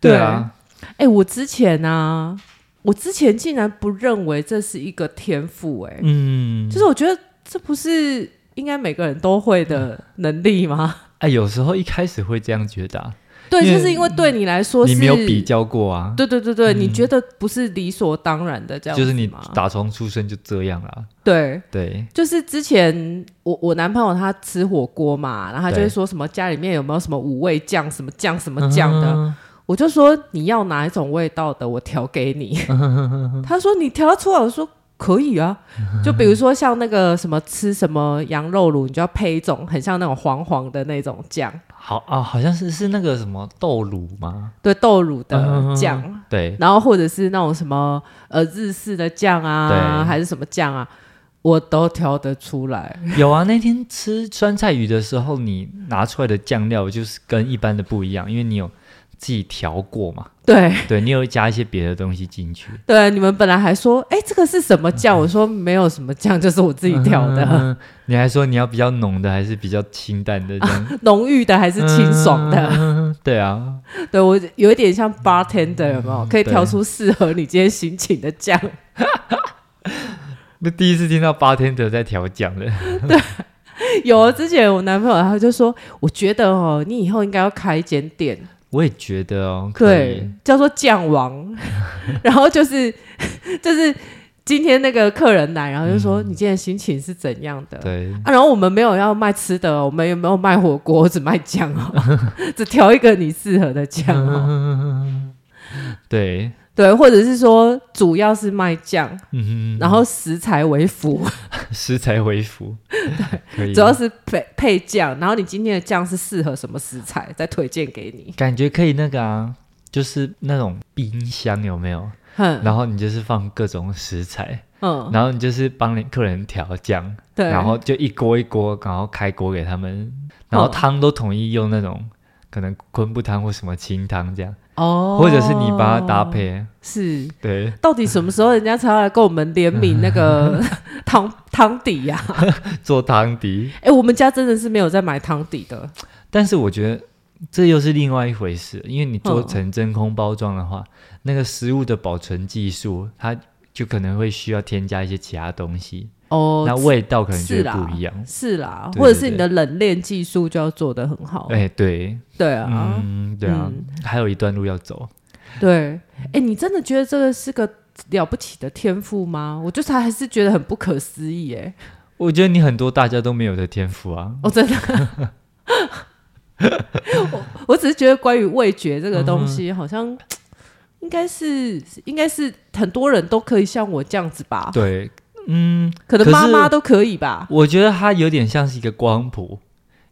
S1: 对啊，
S2: 哎、我之前啊，我之前竟然不认为这是一个天赋、哎、
S1: 嗯
S2: 就，是我觉得这不是应该每个人都会的能力吗？
S1: 哎，有时候一开始会这样觉得啊、
S2: 对，
S1: 因为
S2: 就是因为对你来说是
S1: 你没有比，较过啊，
S2: 对对对对，你觉得不是理所当然的这样
S1: 就
S2: 子
S1: 是你
S2: 吗
S1: 打从出生就这样啦。
S2: 对。
S1: 对，
S2: 就是之前我我男朋友他吃火锅嘛，然后他就会
S1: 对
S2: 说什么家里面有没有什么五味酱什么酱什么酱的，
S1: 嗯
S2: 我就说你要哪一种味道的，我调给
S1: [laughs]
S2: 你。他说你调得出来，我说可以啊。就比如说像那个什么吃什么羊肉卤，你就要配一种很像那种黄黄的那种酱，
S1: 好啊，好像是是那个什么豆乳吗？
S2: 对豆乳的
S1: 嗯
S2: 酱，
S1: 对，
S2: 然后或者是那种什么呃日式的酱啊，
S1: 对
S2: 还是什么酱啊，我都挑得出来。
S1: 有啊。那天吃酸菜鱼的时候，你拿出来的酱料就是跟一般的不一样，因为你有自己调过嘛，
S2: 对 [laughs]
S1: 对你有加一些别的东西进去。
S2: 对，你们本来还说，哎，这个是什么酱？我说没有什么酱，就是我自己调的，
S1: 嗯你还说你要比较浓的还是比较清淡的这样？
S2: 浓郁的还是清爽的？
S1: 嗯对啊，
S2: 对我有一点像 bartender，有没有？可以
S1: 对
S2: 调出适合你今天心情的酱。 [laughs]
S1: 那第一次听到 bartender 在调酱的，
S2: 有之前我男朋友他就说，我觉得哦，你以后应该要开一间店，
S1: 我也觉得哦，可
S2: 对
S1: 以，
S2: 叫做酱
S1: [laughs]
S2: 王，然后就是 [laughs] 就是今天那个客人来，然后就说、你今天心情是怎样的？
S1: 嗯对，
S2: 啊，然后我们没有要卖吃的哦，我们也没有卖火锅，只卖酱哦，
S1: [laughs]
S2: 只调一个你适合的酱哦。
S1: 嗯对，
S2: 对，或者是说主要是卖酱，
S1: 嗯，
S2: 然后食材为辅，
S1: 食材回复，可以，
S2: 主要是配配酱，然后你今天的酱是适合什么食材，再推荐给你。
S1: 感觉可以那个啊，就是那种冰箱有没有？
S2: 哼，
S1: 然后你就是放各种食材，
S2: 嗯，
S1: 然后你就是帮你客人调酱，
S2: 对，
S1: 然后就一锅一锅，然后开锅给他们，然后
S2: 嗯
S1: 汤都统一用那种。可能昆布汤或什么清汤这样，
S2: 哦，
S1: 或者是你帮他搭配，
S2: 是
S1: 对， [laughs]
S2: 到底什么时候人家才要来跟我们联名那 [laughs] 个汤汤底呀、
S1: 做汤底。
S2: 哎、我们家真的是没有在买汤底的。
S1: 但是我觉得这又是另外一回事，因为你做
S2: 嗯
S1: 成真空包装的话，那个食物的保存技术，它就可能会需要添加一些其他东西，
S2: 哦，
S1: 那味道可能就是会
S2: 啦，
S1: 不一样。
S2: 是啦，
S1: 对对
S2: 或者是你的冷链技术就要做得很好。
S1: 哎、对，
S2: 对啊，
S1: 嗯，对啊，
S2: 嗯
S1: 还有一段路要走。
S2: 对。哎、你真的觉得这个是个了不起的天赋吗？我就是还是觉得很不可思议、哎，
S1: 我觉得你很多大家都没有的天赋啊，
S2: 我哦真的。
S1: [laughs]
S2: 我我只是觉得关于味觉这个东
S1: 嗯
S2: 西，好像应该是应该是很多人都可以像我这样子吧？
S1: 对，嗯，
S2: 可能
S1: 可是
S2: 妈妈都可以 [laughs] 吧？
S1: 我觉得它有点像是一个光谱，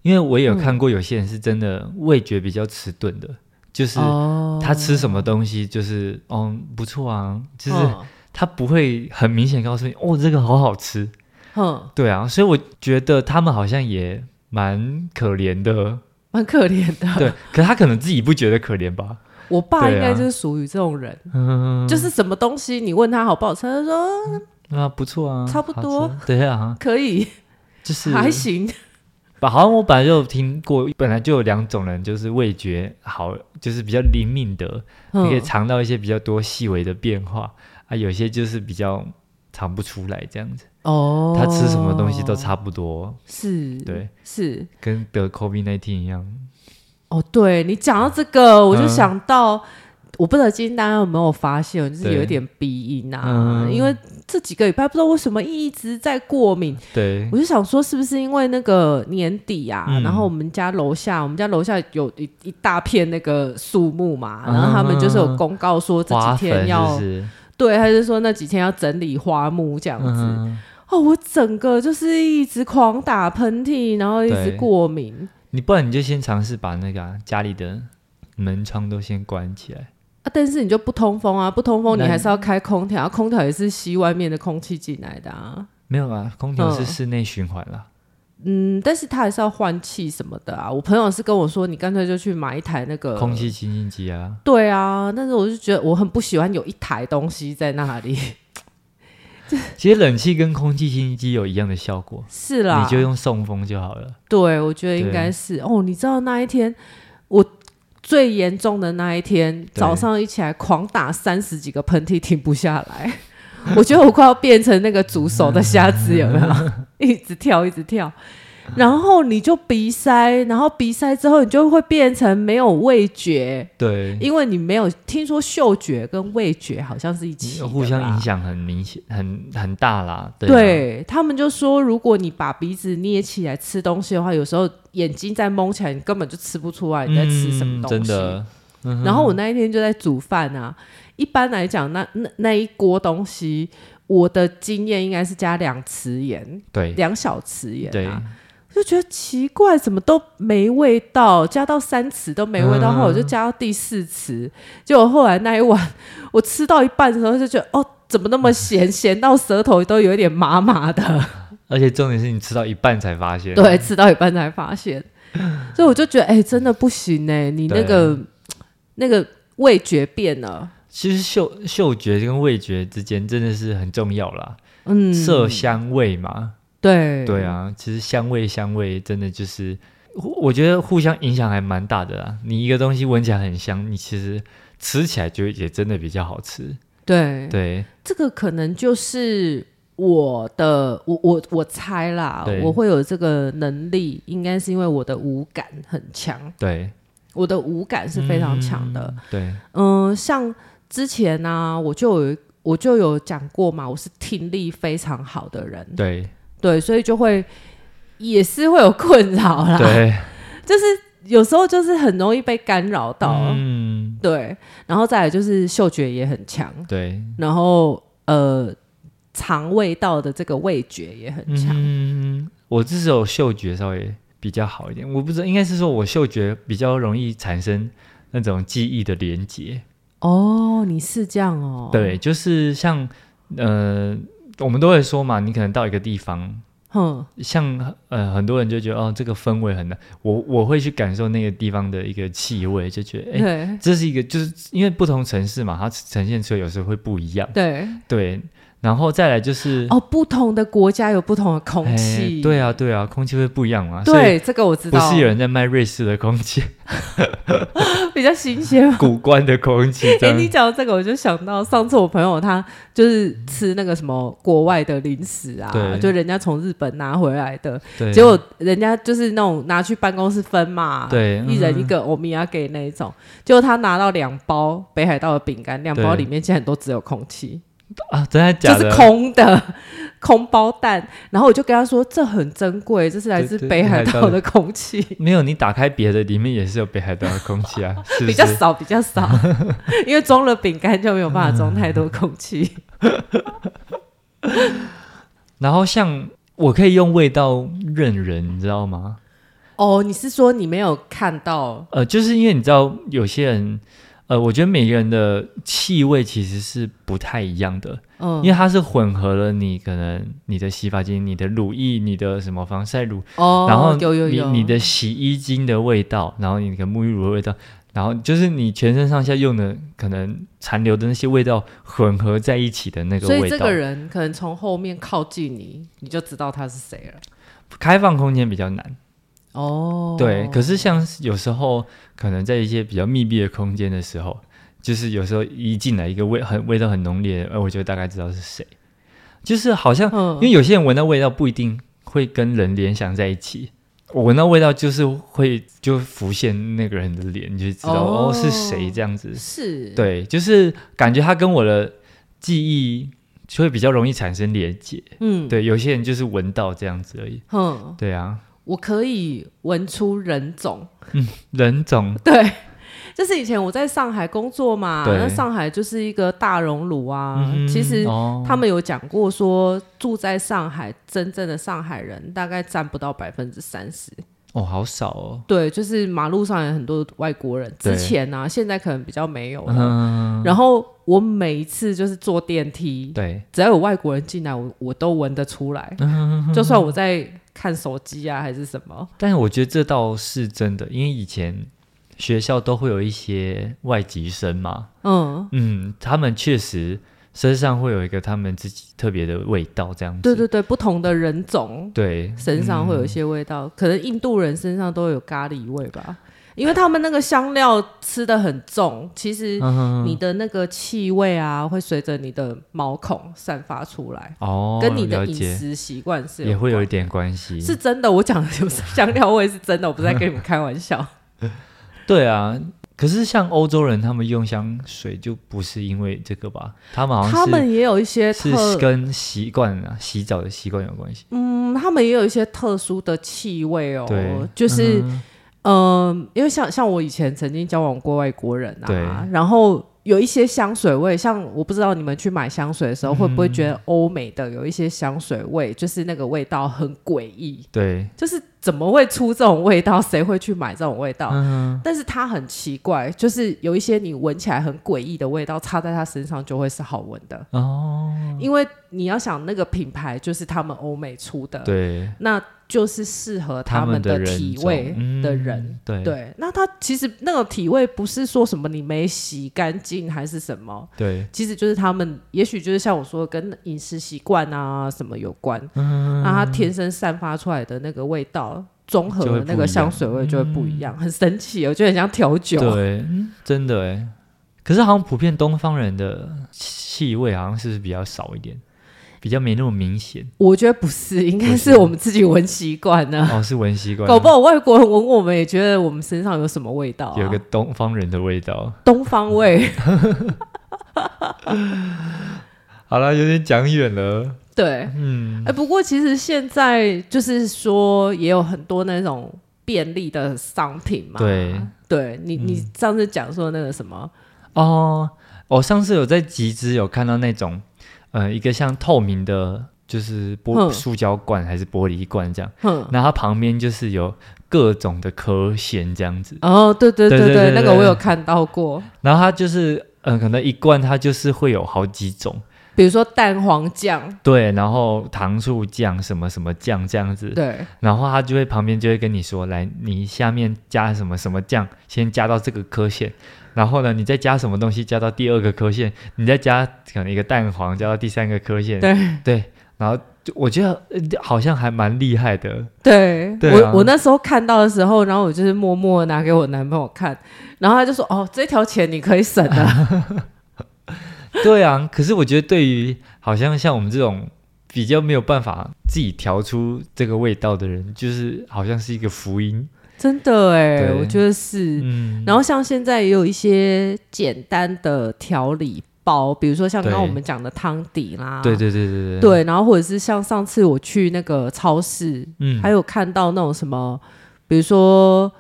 S1: 因为我也有看过有些人是真的味觉比较迟钝的，就是
S2: 哦
S1: 他吃什么东西就是，嗯，不错啊，就是
S2: 嗯
S1: 他不会很明显告诉你，哦，这个好好吃。
S2: 哼，
S1: 对啊，所以我觉得他们好像也蛮可怜
S2: [laughs]
S1: 的，
S2: 蛮可怜的。
S1: 对。啊可他可能自己不觉得可怜吧？
S2: 我爸
S1: 对啊
S2: 应该就是属于这种人，
S1: 嗯，
S2: 就是什么东西你问他好不好吃，他就说
S1: 啊，不错啊，
S2: 差不多
S1: 好吃。对啊，
S2: 可以，
S1: 就是
S2: 还行。
S1: 吧。好像我本来就有听过，本来就有两种人，就是味觉好，就是比较灵敏的，你可以
S2: 嗯，
S1: 尝到一些比较多细微的变化啊，有些就是比较尝不出来这样子。
S2: 哦
S1: 他吃什么东西都差不多，
S2: 是，
S1: 对，
S2: 是。
S1: 跟得 COVID 1 9一样。
S2: 哦，对你讲到这个，我就
S1: 嗯
S2: 想到，我不知道今天大家有没有发现，就是
S1: 对
S2: 有一点鼻音啊，
S1: 嗯
S2: 因为这几个礼拜不知道为什么一直在过敏，
S1: 对，
S2: 我就想说，是不是因为那个年底啊，
S1: 嗯
S2: 然后我们家楼下，我们家楼下有一一大片那个树木嘛，然后他们就是有公告说这
S1: 嗯花粉
S2: 几天
S1: 是
S2: 要，
S1: 不是？
S2: 对，他就说那几天要整理花木这样子。
S1: 嗯，
S2: 哦，我整个就是一直狂打喷嚏，然后一直
S1: 对
S2: 过敏
S1: 你不然你就先尝试把那个啊、家里的门窗都先关起来。
S2: 啊，但是你就不通风啊，不通风你
S1: 那你
S2: 还是要开空调，啊空调也是吸外面的空气进来的啊。
S1: 没有啊，空调
S2: 嗯
S1: 是室内循环啦。
S2: 嗯，但是他还是要换气什么的啊。我朋友是跟我说，你干脆就去买一台那个
S1: 空气清新机啊。
S2: 对啊，但是我就觉得我很不喜欢有一台东西在那里。 [laughs]
S1: 其实冷气跟空气清新机有一样的效果，
S2: 是啊啦，
S1: 你就用送风就好了。
S2: 对，我觉得应该是哦。你知道那一天我最严重的那一天，
S1: 对
S2: 早上一起来狂打三十几个喷嚏，停不下来。 [laughs] 我觉得我快要变成那个煮熟的虾子，有
S1: [laughs]
S2: 没有？一直跳，一直跳。然后你就鼻塞，然后鼻塞之后，你就会变成没有味觉，
S1: 对，
S2: 因为你没有听说嗅觉跟味觉好像是一起的
S1: 互相
S2: 吧
S1: 影响很明显，很很大啦。对啊
S2: 对他们就说，如果你把鼻子捏起来吃东西的话，有时候眼睛再蒙起来，你根本就吃不出来你在吃什
S1: 嗯
S2: 么东
S1: 真
S2: 西。
S1: 的，嗯
S2: 然后我那一天就在煮饭啊，一般来讲，那那那一锅东西，我的经验应该是加两匙盐，
S1: 对
S2: 两小匙盐
S1: 对
S2: 啊。就觉得奇怪，怎么都没味道，加到三匙都没味道，
S1: 嗯
S2: 后来我就加到第四匙，结果后来那一碗我吃到一半的时候就觉得，哦，怎么那么咸，咸到舌头都有一点麻麻的，
S1: 而且重点是你吃到一半才发现，啊
S2: 对，吃到一半才发
S1: [laughs]
S2: 现，所以我就觉得，哎、真的不行哎、你那个那个味觉变了，
S1: 其实嗅嗅觉跟味觉之间真的是很重要啦，
S2: 嗯，
S1: 色香味嘛，
S2: 对
S1: 对，啊，其实香味香味真的就是，我我觉得互相影响还蛮大的啦。你一个东西闻起来很香，你其实吃起来就也真的比较好吃，
S2: 对
S1: 对，
S2: 这个可能就是我的，我我我猜啦
S1: 对，
S2: 我会有这个能力，应该是因为我的五感很强，
S1: 对，
S2: 我的五感是非常强的。
S1: 嗯，对，
S2: 嗯、像之前呢、我就有我就有讲过嘛，我是听力非常好的人， [laughs]
S1: 对，
S2: 对，所以就会也是会有困扰啦，
S1: 对，
S2: [laughs] 就是有时候就是很容易被干扰到。
S1: 嗯，
S2: 对，然后再来就是嗅觉也很强，
S1: 对，
S2: 然后呃，尝味道的这个味觉也很强。
S1: 嗯，我至少嗅觉稍微比较好一点，我不知道，应该是说我嗅觉比较容易产生那种记忆的连结。
S2: 哦，你是这样哦？
S1: 对，，就是像呃，我们都会说嘛，你可能到一个地方，
S2: 哼，
S1: 像呃很多人就觉得哦，这个氛围很难，我我会去感受那个地方的一个气味，就觉得哎。
S2: 对
S1: 这是一个，就是因为不同城市嘛，它呈现出来有时候会不一样。
S2: 对，
S1: 对，然后再来就是
S2: 哦，不同的国家有不同的空气
S1: 哎，对啊，对啊，空气会不一样嘛。所以
S2: 对，这个我知
S1: 不
S2: 道，
S1: 是有人在卖瑞士的空气， [laughs]
S2: 比较新鲜。
S1: 古关的空气这
S2: [laughs] 哎、
S1: 样。
S2: 你讲到这个，我就想到上次我朋友他就是吃那个什么国外的零食啊
S1: 对，
S2: 就人家从日本拿回来的，
S1: 对，啊
S2: 结果人家就是那种拿去办公室分嘛，
S1: 对
S2: 啊
S1: 嗯
S2: 一人一个欧米亚给那一种，结果他拿到两包北海道的饼干，两包
S1: 对
S2: 里面竟然都只有空气，
S1: 啊，真的
S2: 就
S1: 假
S2: 是
S1: 的？
S2: 空的空包蛋，然后我就跟他说这很珍贵，这是来自
S1: 对对
S2: 北海
S1: 北海
S2: 道
S1: 道
S2: 的
S1: 的
S2: 空气。
S1: 没有，你打开别的，里面也是有北海道的空气
S2: [laughs]
S1: 啊，是不
S2: 比较
S1: 是？
S2: 少，比
S1: [laughs]
S2: 较少，因为装了饼干就没有办法装太多空气。
S1: 然后像我可以用味道认人，你知道吗？
S2: 哦，你是说你没有看到？
S1: 呃，就是因为你知道有些人，呃，我觉得每个人的气味其实是不太一样的，
S2: 嗯
S1: 因，为它是混合了你可能你的洗发精、你的乳液、你的什么防晒乳，
S2: 哦，
S1: 然后
S2: 有有
S1: 你
S2: 有
S1: 你的洗衣精的味道，然后你的沐浴乳的味道，然后就是你全身上下用的可能残留的那些味道混合在一起的那个
S2: 所以
S1: 味
S2: 这
S1: 道
S2: 个。人可能从后面靠近你，你就知道他是谁了。
S1: 开放空间比较难，
S2: 哦，
S1: 对。可是像是有时候可能在一些比较密闭的空间的时候，就是有时候一进来一个味很味道很浓烈的，呃，我就大概知道是谁。就是好像，因
S2: 嗯，
S1: 为有些人闻到味道不一定会跟人联想在一起。我闻到味道就是会就浮现那个人的脸，你就知道
S2: 哦
S1: 哦是谁这样子。
S2: 是，，
S1: 对，就是感觉他跟我的记忆就会比较容易产生连结。
S2: 嗯，，
S1: 对，有些人就是闻到这样子而已。
S2: 嗯，
S1: 对啊，
S2: 我可以闻出人种，
S1: 人种
S2: 对。 [laughs] 就是以前我在上海工作嘛，
S1: 对
S2: 那上海就是一个大熔炉啊。
S1: 嗯
S2: 其实
S1: 哦
S2: 他们有讲过说，住在上海真正的上海人大概占不到百分之三十。
S1: 哦好少哦。
S2: 对，就是马路上有很多外国人，之
S1: 对
S2: 前啊，现在可能比较没有了。
S1: 嗯，
S2: 然后我每一次就是坐电梯，
S1: 对，
S2: 只要有外国人进来，我我都闻得出来，
S1: 嗯
S2: 就算我在看手机啊还是什么。
S1: 但是我觉得这倒是真的，因为以前学校都会有一些外籍生嘛，
S2: 嗯，
S1: 嗯，他们确实身上会有一个他们自己特别的味道，这样子。
S2: 对对对，不同的人种
S1: 对
S2: 身上会有一
S1: 嗯
S2: 些味道，可能印度人身上都有咖喱味吧，因为他们那个香料吃的很重，其
S1: 嗯
S2: 实你的那个气味啊会随着你的毛孔散发出来，
S1: 哦，
S2: 跟你
S1: 了
S2: 的饮
S1: 解
S2: 食习惯是
S1: 也会有一
S2: 关
S1: 点关系。
S2: 是真的，我讲的有香料味是真的，我不是在跟你们开玩笑。
S1: 对啊。可是像欧洲人，他们用香水就不是因为这个吧？他 [laughs] 们好像是
S2: 他们也有一些
S1: 是
S2: 特，
S1: 跟习惯啊，洗澡的习惯有关系。
S2: 嗯，他们也有一些特殊的气味哦
S1: 对，
S2: 就是
S1: 嗯
S2: 嗯、呃因为像像我以前曾经交往过外国人
S1: 对
S2: 啊，然后有一些香水味，像我不知道你们去买香水的时
S1: 嗯
S2: 候，会不会觉得欧美的有一些香水味，就是那个味道很诡异，
S1: 对，
S2: 就是怎么会出这种味道？谁会去买这种味道？
S1: 嗯，
S2: 但是它很奇怪，就是有一些你闻起来很诡异的味道，擦在它身上就会是好闻的，
S1: 哦，
S2: 因为你要想那个品牌就是他们欧美出的，
S1: 对，
S2: 那就是适合
S1: 他
S2: 们
S1: 的
S2: 的
S1: 人
S2: 体
S1: 种
S2: 味
S1: 嗯
S2: 的人。
S1: 对
S2: 对，那它其实那种体味不是说什么你没洗干净还是什么，
S1: 对，
S2: 其实就是他们，也许就是像我说的，跟饮食习惯啊什么有关。
S1: 嗯
S2: 那它天生散发出来的那个味道，综合
S1: 就会
S2: 的
S1: 不
S2: 那个
S1: 一
S2: 香
S1: 样
S2: 水味就会不一样，很神奇，我觉得很像调酒。
S1: 嗯
S2: 啊
S1: 对，嗯真的哎。可是好像普遍东方人的气味好像是比较少一点，比较没那么明显。
S2: 我觉得不是，应该
S1: 不
S2: 是
S1: 是
S2: 我们自己闻习惯了。
S1: 哦，是闻习惯，
S2: 啊搞不好外国人闻我们也觉得我们身上有什么味道、啊，
S1: 有一个嗯东方人的味道。
S2: 东方味。
S1: 好了，有点讲远了。
S2: 对，
S1: 嗯，
S2: 哎、不过其实现在就是说，也有很多那种便利的商品嘛。
S1: 对，嗯
S2: 对你你上次讲说那个什么，
S1: 哦，我上次有在集资有看到那种，呃，一个像透明的，就是玻
S2: 哼
S1: 塑胶罐还是玻璃罐这样，
S2: 哼，
S1: 然后它旁边就是有各种的壳线这样子，
S2: 哦，对对
S1: 对
S2: 对
S1: 对对
S2: 那
S1: 对
S2: 个我
S1: 对
S2: 有看到过，
S1: 然后它就是，呃，可能一罐它就是会有好几种，
S2: 比如说蛋黄酱，
S1: 对，然后糖醋酱什么什么酱这样子，
S2: 对，
S1: 然后它就会旁边就会跟你说，来，你下面加什么什么酱，先加到这个颗线，然后呢，你再加什么东西，加到第二个颗线，你再加可能一个蛋黄，加到第三个颗线，
S2: 对
S1: 对，然后就我觉得呃好像还蛮厉害的，
S2: 对
S1: 对啊
S2: 我我那时候看到的时候，然后我就是默默地拿给我男朋友看，然后他就说：“哦，这条钱你可以省
S1: [laughs]
S2: 啊。
S1: 对啊，可是我觉得对于好像像我们这种比较没有办法自己调出这个味道的人，就是好像是一个福音，”
S2: 真的哎，
S1: 对
S2: 我觉得是。
S1: 嗯，
S2: 然后像现在也有一些简单的调理包，比如说像刚刚
S1: 对
S2: 我们讲的汤底啦，
S1: 对对对对对，
S2: 对，然后或者是像上次我去那个超市，
S1: 嗯，
S2: 还有看到那种什么，比如说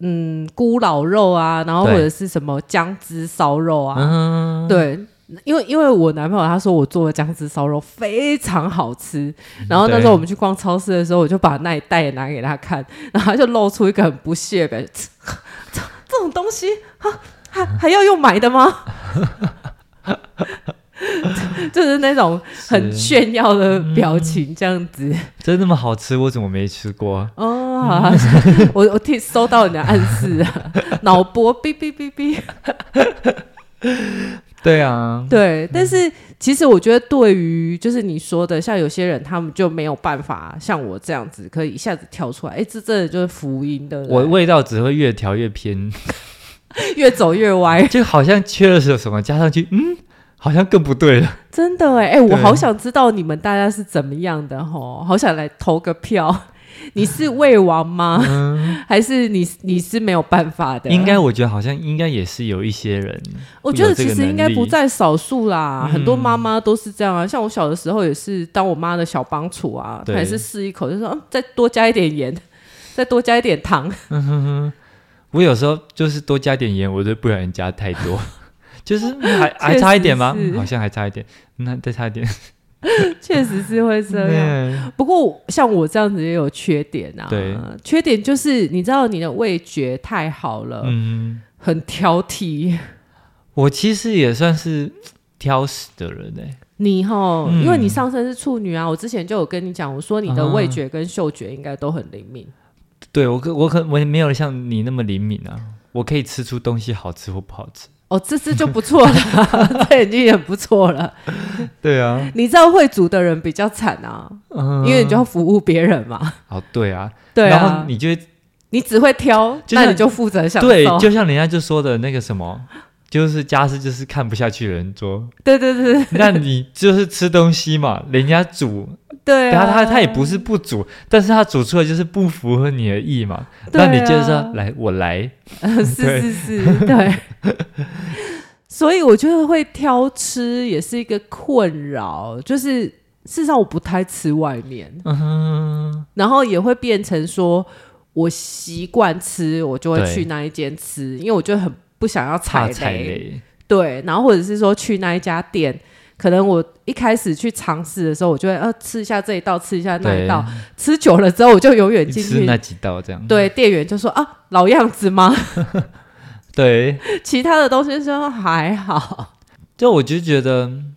S2: 嗯咕老肉啊，然后或
S1: 对
S2: 者是什么姜汁烧肉啊，
S1: 嗯，
S2: 对。因为因为我男朋友他说我做的姜汁烧肉非常好吃，然后那时
S1: 嗯对
S2: 候我们去逛超市的时候，我就把那一袋也拿给他看， [laughs] 然后他就露出一个很不屑的表 [laughs] 情，这这种东西还还要用买
S1: [laughs]
S2: 的吗？ [laughs] 就是那种很
S1: 是嗯
S2: 炫耀的表情这样子。
S1: 真那么好吃，我怎么没吃过啊？
S2: 哦，好 [laughs] 啊我我听收到你的暗示啊，脑波哔哔哔哔。
S1: 对啊，
S2: 对，但是其实我觉得，对于就是你说的，像有些人他们就没有办法像我这样子，可以一下子跳出来，哎，这真的就是福音的，对不
S1: 我
S2: 对
S1: 味道只会越调越 [laughs] 偏，
S2: 越走越歪，
S1: 就好像缺了什么，加上去，嗯，好像更不对了。
S2: [laughs] 真的哎哎，我
S1: 对
S2: 好想知道你们大家是怎么样的吼，好想来投个票。你是魏王吗？还是你你是没有办法的？
S1: 嗯应该我觉得好像应该也是有一些人，
S2: 我觉得
S1: 有这
S2: 其
S1: 个
S2: 实应该
S1: 能力
S2: 不在少数啦，
S1: 嗯
S2: 很多妈妈都是这样啊。像我小的时候也是，当我妈的小帮厨啊，
S1: 对
S2: 还是试一口就说、嗯、再多加一点盐， [laughs] 再多加一点糖。 [laughs]
S1: 我有时候就是多加点盐，我都不小心加太 [laughs] 多，就是嗯还还差一点吗？
S2: 确实是
S1: 嗯好像还差一点，那再差一点。
S2: 确实是会这样。
S1: 啊
S2: 不过像我这样子也有缺点啊
S1: 对，
S2: 缺点就是你知道你的味觉太好了，
S1: [laughs] 嗯，
S2: 很挑剔。
S1: 我其实也算是挑食的人哎、
S2: 你吼，
S1: 嗯
S2: 因为你上身是处女啊，我之前就有跟你讲，我说你的
S1: 啊
S2: 味觉跟嗅觉应该都很灵敏。
S1: 对我可我可我没有像你那么灵敏啊，我可以吃出东西好吃或不好吃。
S2: 哦，这次就不错了， [laughs] 这已经很不错了。
S1: 对啊，
S2: 你知道会煮的人比较惨啊，
S1: 嗯，
S2: 因为你就要服务别
S1: [laughs]
S2: 人嘛。
S1: 哦对啊，
S2: 对
S1: 然后
S2: 啊，你
S1: 你就会
S2: 只会挑，
S1: 就像
S2: 那你就负责享受。
S1: 对，就像人家就说的那个什么，就是家事就是看不下去的人做，
S2: 对对对
S1: [laughs]
S2: 对啊
S1: 那你就是吃东西嘛，人家煮，
S2: 对
S1: 他
S2: 啊，
S1: 他他也不是不煮，但是他煮出来就是不符合你的意嘛，
S2: 对
S1: 那
S2: 啊
S1: 你就是说来我来，
S2: [laughs] 是是是，对。 [laughs] 所以我觉得会挑吃也是一个困扰，就是事实上我不太吃外面，
S1: 嗯，
S2: 然后也会变成说我习惯吃，我就会
S1: 对
S2: 去那一间吃，因为我就很不想要踩
S1: 怕
S2: 雷。
S1: 踩雷，
S2: 对，然后或者是说去那一家店，可能我一开始去尝试的时候，我就会呃吃一下这一道，吃一下那一
S1: 对
S2: 道，，吃久了之后我就永远进
S1: 吃
S2: 去。
S1: 那几道这样。
S2: 对，店员就说啊，老样子吗？ [laughs]
S1: 对，
S2: 其他的东西说还好，
S1: 就我就觉得嗯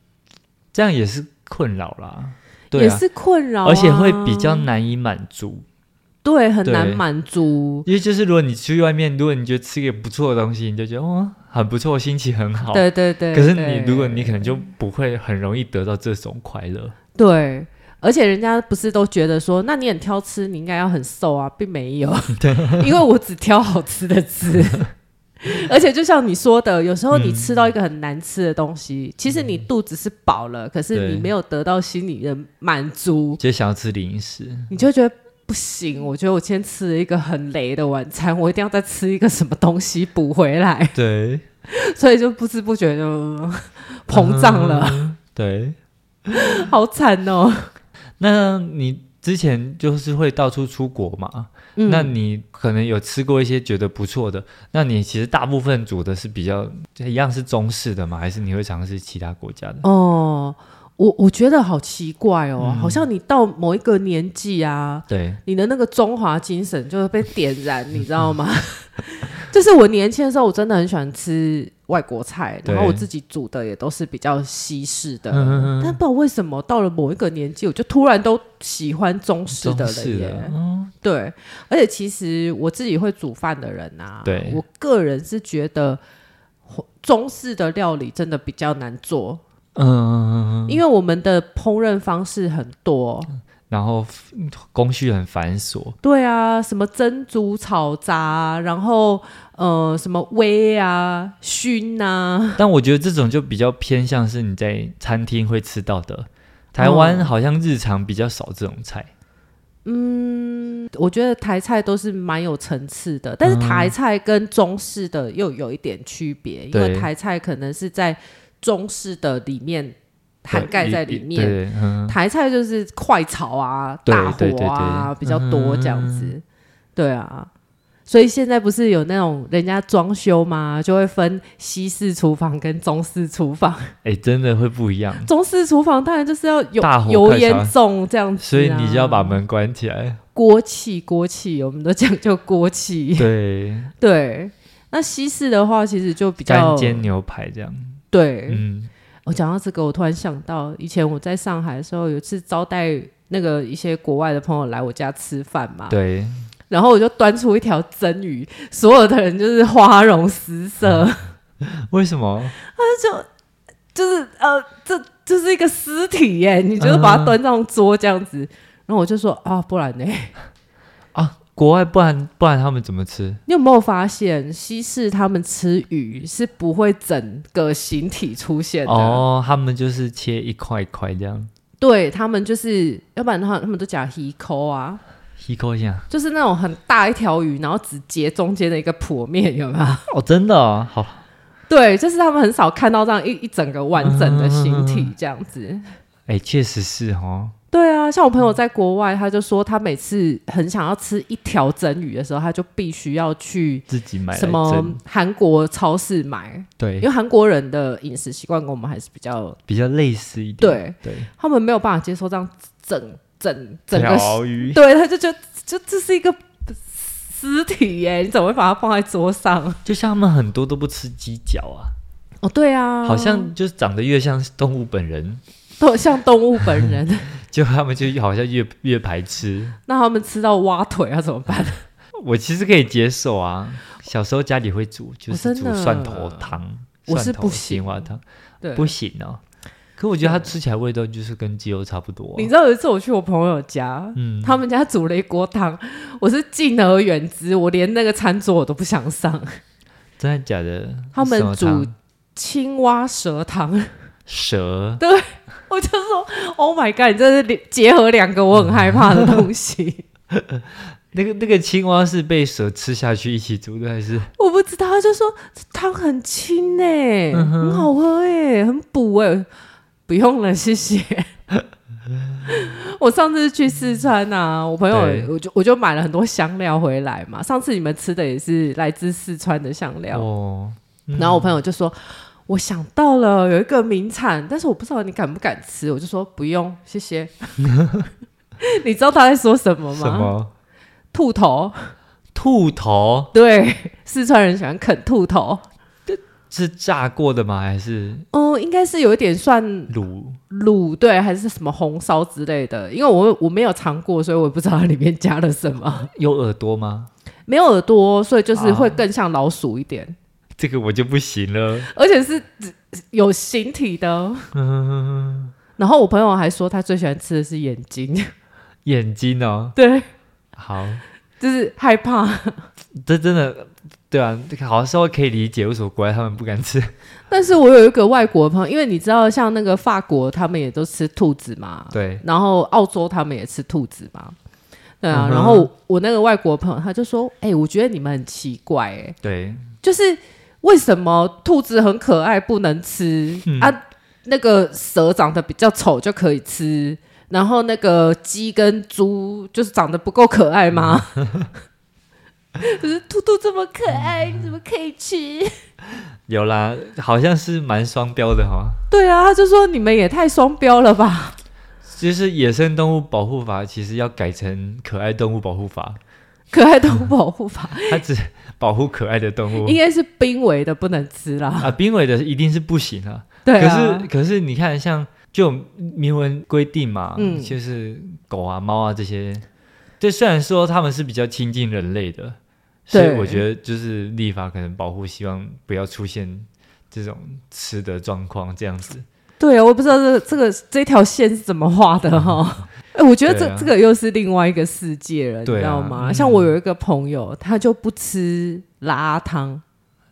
S1: 这样也是困扰啦，对
S2: 也
S1: 啊，
S2: 是困扰啊、
S1: 而且会比较难以满足，
S2: 对，很
S1: 对
S2: 难满足。
S1: 因为就是如果你出去外面，如果你觉得吃一个不错的东西，你就觉得哦很不错，心情很好。
S2: 对对对，
S1: 哦可是
S2: 对
S1: 你如果你可能就不会很容易得到这种快乐，
S2: 对，而且人家不是都觉得说，那你很挑吃，你应该要很瘦啊，并没有，因为我只挑好吃的吃。而且就像你说的，有时候你吃到一个很难吃的东西，其实你肚子是饱了，可是你
S1: 对
S2: 没有得到心里的满足，
S1: 就想要吃零食。
S2: 你就觉得不行。我觉得我今天吃了一个很雷的晚餐，我一定要再吃一个什么东西补回来，
S1: 对，
S2: 所以就不知不觉就嗯膨胀了，
S1: 嗯对，
S2: 好惨哦。
S1: 那你之前就是会到处出国嘛？
S2: 嗯
S1: 那你可能有吃过一些觉得不错的，那你其实大部分煮的是比较就一样是中式的吗？还是你会尝试其他国家的？
S2: 哦，我我觉得好奇怪哦，
S1: 嗯
S2: 好像你到某一个年纪啊，
S1: 对，
S2: 你的那个中华精神就会被点燃，你知道吗？ [laughs] 就是我年轻的时候，我真的很喜欢吃外国菜，然后
S1: 对
S2: 我自己煮的也都是比较西式的，
S1: 嗯嗯嗯
S2: 但不知道为什么到了某一个年纪，我就突然都喜欢中式
S1: 中
S2: 的了
S1: 式
S2: 耶。
S1: 的，嗯，
S2: 对，而且其实我自己会煮饭的人啊，
S1: 对
S2: 我个人是觉得中式的料理真的比较难做，
S1: 嗯嗯嗯嗯
S2: 因为我们的烹饪方式很多，
S1: 然后嗯工序很繁琐，
S2: 对啊，什么蒸、煮、炒、炸，然后呃，什么煨啊、熏啊，
S1: 但我觉得这种就比较偏向是你在餐厅会吃到的。台
S2: 哦
S1: 湾好像日常比较少这种菜，
S2: 我觉得台菜都是蛮有层次的，但是台菜跟中式的又有一点区别，因为
S1: 对
S2: 台菜可能是在中式的里面涵
S1: 对
S2: 盖
S1: 一
S2: 在
S1: 一
S2: 里
S1: 对
S2: 面。
S1: 对嗯，
S2: 台菜就是快炒啊、
S1: 对
S2: 大
S1: 对对
S2: 火
S1: 对嗯
S2: 啊比较多这样子，对啊。所以现在不是有那种人家装修嘛，就会分西式厨房跟中式
S1: [laughs]
S2: 厨房。
S1: 哎，真的会不一样。
S2: 中式厨房当然就是要有
S1: 大火快
S2: 油
S1: 炒
S2: 烟重这样子、啊，
S1: 所以你就要把门关起来。
S2: 锅气锅气，我们都讲究锅气。 [laughs]
S1: 对，
S2: 对，那西式的话其实就比较
S1: 干煎牛排这样。
S2: 对，
S1: 嗯，
S2: 我讲到这个，我突然想到，以前我在上海的时候，有一次招待那个一些国外的朋友来我家吃饭嘛，
S1: 对，
S2: 然后我就端出一条蒸鱼，所有的人就是花容失色，
S1: 为什么？
S2: 就是呃，这就是一个尸体耶，你就是把它
S1: 嗯
S2: 端上桌这样子，然后我就说啊，不然呢？ [laughs]
S1: 啊，国外不然不然他们怎么吃？
S2: 你有没有发现西式他们吃鱼是不会整个形体出现的？
S1: 哦，他们就是切一块一块这样，
S2: 对他们就是，要不然的话他们都讲 he 抠啊，
S1: 一口一下。
S2: 就是那种很大一条鱼，然后只截中间的一个剖面，有没 [laughs] 有？
S1: 哦，真的哦，好，
S2: 对，就是他们很少看到这样一一整个完整的形体这样子。
S1: 哎，确实是哦。
S2: 对啊，像我朋友在国外，他就说他每次很想要吃一条整鱼的时候，他就必须要去
S1: 自己买来
S2: 什么
S1: 蒸
S2: 韩国超市买，因为
S1: 对，
S2: 韩国人的饮食习惯跟我们还是比较
S1: 比较类似一点。
S2: 对，
S1: 对，
S2: 他们没有办法接受这样整整整个
S1: 条鱼
S2: 对，他就觉得就这是一个尸体耶，你怎么会把它放在桌上？
S1: 就像他们很多都不吃鸡脚啊，
S2: 哦，对啊，
S1: 好像就是长得越像动物本人，
S2: 都像动物本人。
S1: 就他们就好像越越排斥。
S2: 那他们吃到蛙腿要怎么办？
S1: 我其实可以接受啊，小时候家里会煮，就
S2: 我
S1: 是
S2: 哦真
S1: 煮
S2: 的
S1: 蒜头汤，
S2: 我是
S1: 蒜头
S2: 不行
S1: 青蛙汤，
S2: 对，
S1: 不行哦。可我觉得它吃起来味道就是跟鸡肉差不多、
S2: 你知道有一次我去我朋友家，
S1: 嗯，
S2: 他们家煮了一锅汤， [laughs] 我是敬而远之，我连那个餐桌我都不想上。
S1: 真的假的？
S2: 他们
S1: 什么
S2: 煮
S1: 汤
S2: 青蛙蛇汤， [laughs]
S1: 蛇，
S2: 我就说 Oh my god！你这是连结合两个我很害怕的
S1: [laughs]
S2: 东西，
S1: 那个那个青蛙是被蛇吃下去一起煮的，还是
S2: 我不知道。他就说这汤很清哎、
S1: 嗯哼
S2: 很好喝哎、很补哎、不用了，
S1: [laughs]
S2: 谢谢。我上次去四川啊，我朋
S1: 对
S2: 友我就我就买了很多香料回来嘛。上次你们吃的也是来自四川的香料，
S1: 哦？嗯
S2: 然后我朋友就说：“我想到了有一个名产，但是我不知道你敢不敢吃，我就说不用，谢
S1: [laughs]
S2: 谢。你知道他在说什么吗？
S1: 什么
S2: 兔头，
S1: 兔头
S2: 对，四川人喜欢啃兔头。
S1: 是炸过的吗？还是
S2: 哦、应该是有一点算
S1: 卤？
S2: 卤对，还是什么红烧之类的，因为我我没有尝过，所以我也不知道它里面加了
S1: [laughs]
S2: 什么，
S1: 有耳朵吗？
S2: 没有耳朵，所以就是
S1: 啊
S2: 会更像老鼠一点，
S1: 这个我就不行了。
S2: 而且是有形体的哦。
S1: 啊嗯，
S2: 然后我朋友还说他最喜欢吃的是眼睛， [laughs]
S1: 眼睛哦，
S2: 对，
S1: 好，
S2: 就是害怕。
S1: 这真的对啊，这个好像稍微可以理解为什么国外他们不敢 [laughs] 吃。
S2: [laughs] 但是我有一个外国朋友，因为你知道，像那个法国他们也都吃兔子嘛，
S1: 对
S2: 然后澳洲他们也吃兔子嘛，对
S1: 嗯
S2: 啊。
S1: 哼
S2: 然后我那个外国朋友他就说：“哎、我觉得你们很奇怪、哎。”
S1: 对，
S2: 就是为什么兔子很可爱不能吃、啊？那个蛇长得比较丑就可以吃，然后那个鸡跟猪就是长得不够可爱吗？ [laughs] 就是兔兔这么可爱，你怎么可以吃？
S1: 有啦，好像是蛮双标的哈、
S2: 对啊，他就说你们也太双标了吧？ [laughs]
S1: 就是《野生动物保护法》其实要改成《可爱动物保护法
S2: 可爱动物保护法》，
S1: 它只保护可爱的动物
S2: 应该是濒危的不能吃啦。
S1: 啊，濒危的一定是不行啊。
S2: 对
S1: 可
S2: 啊
S1: 是，可是你看，像就有明文规定嘛，
S2: 嗯
S1: 就是狗啊、猫啊这些，这虽然说他们是比较亲近人类的，所
S2: 对
S1: 以我觉得就是立法可能保护，希望不要出现这种吃的状况这样子。
S2: 对啊，我不知道这这个这条线是怎么画的哈、 [laughs] 哎、我觉得这、
S1: 对啊
S2: 这个又是另外一个世界了，你
S1: 对啊
S2: 知道吗？
S1: 嗯
S2: 像我有一个朋友，他就不吃拉汤，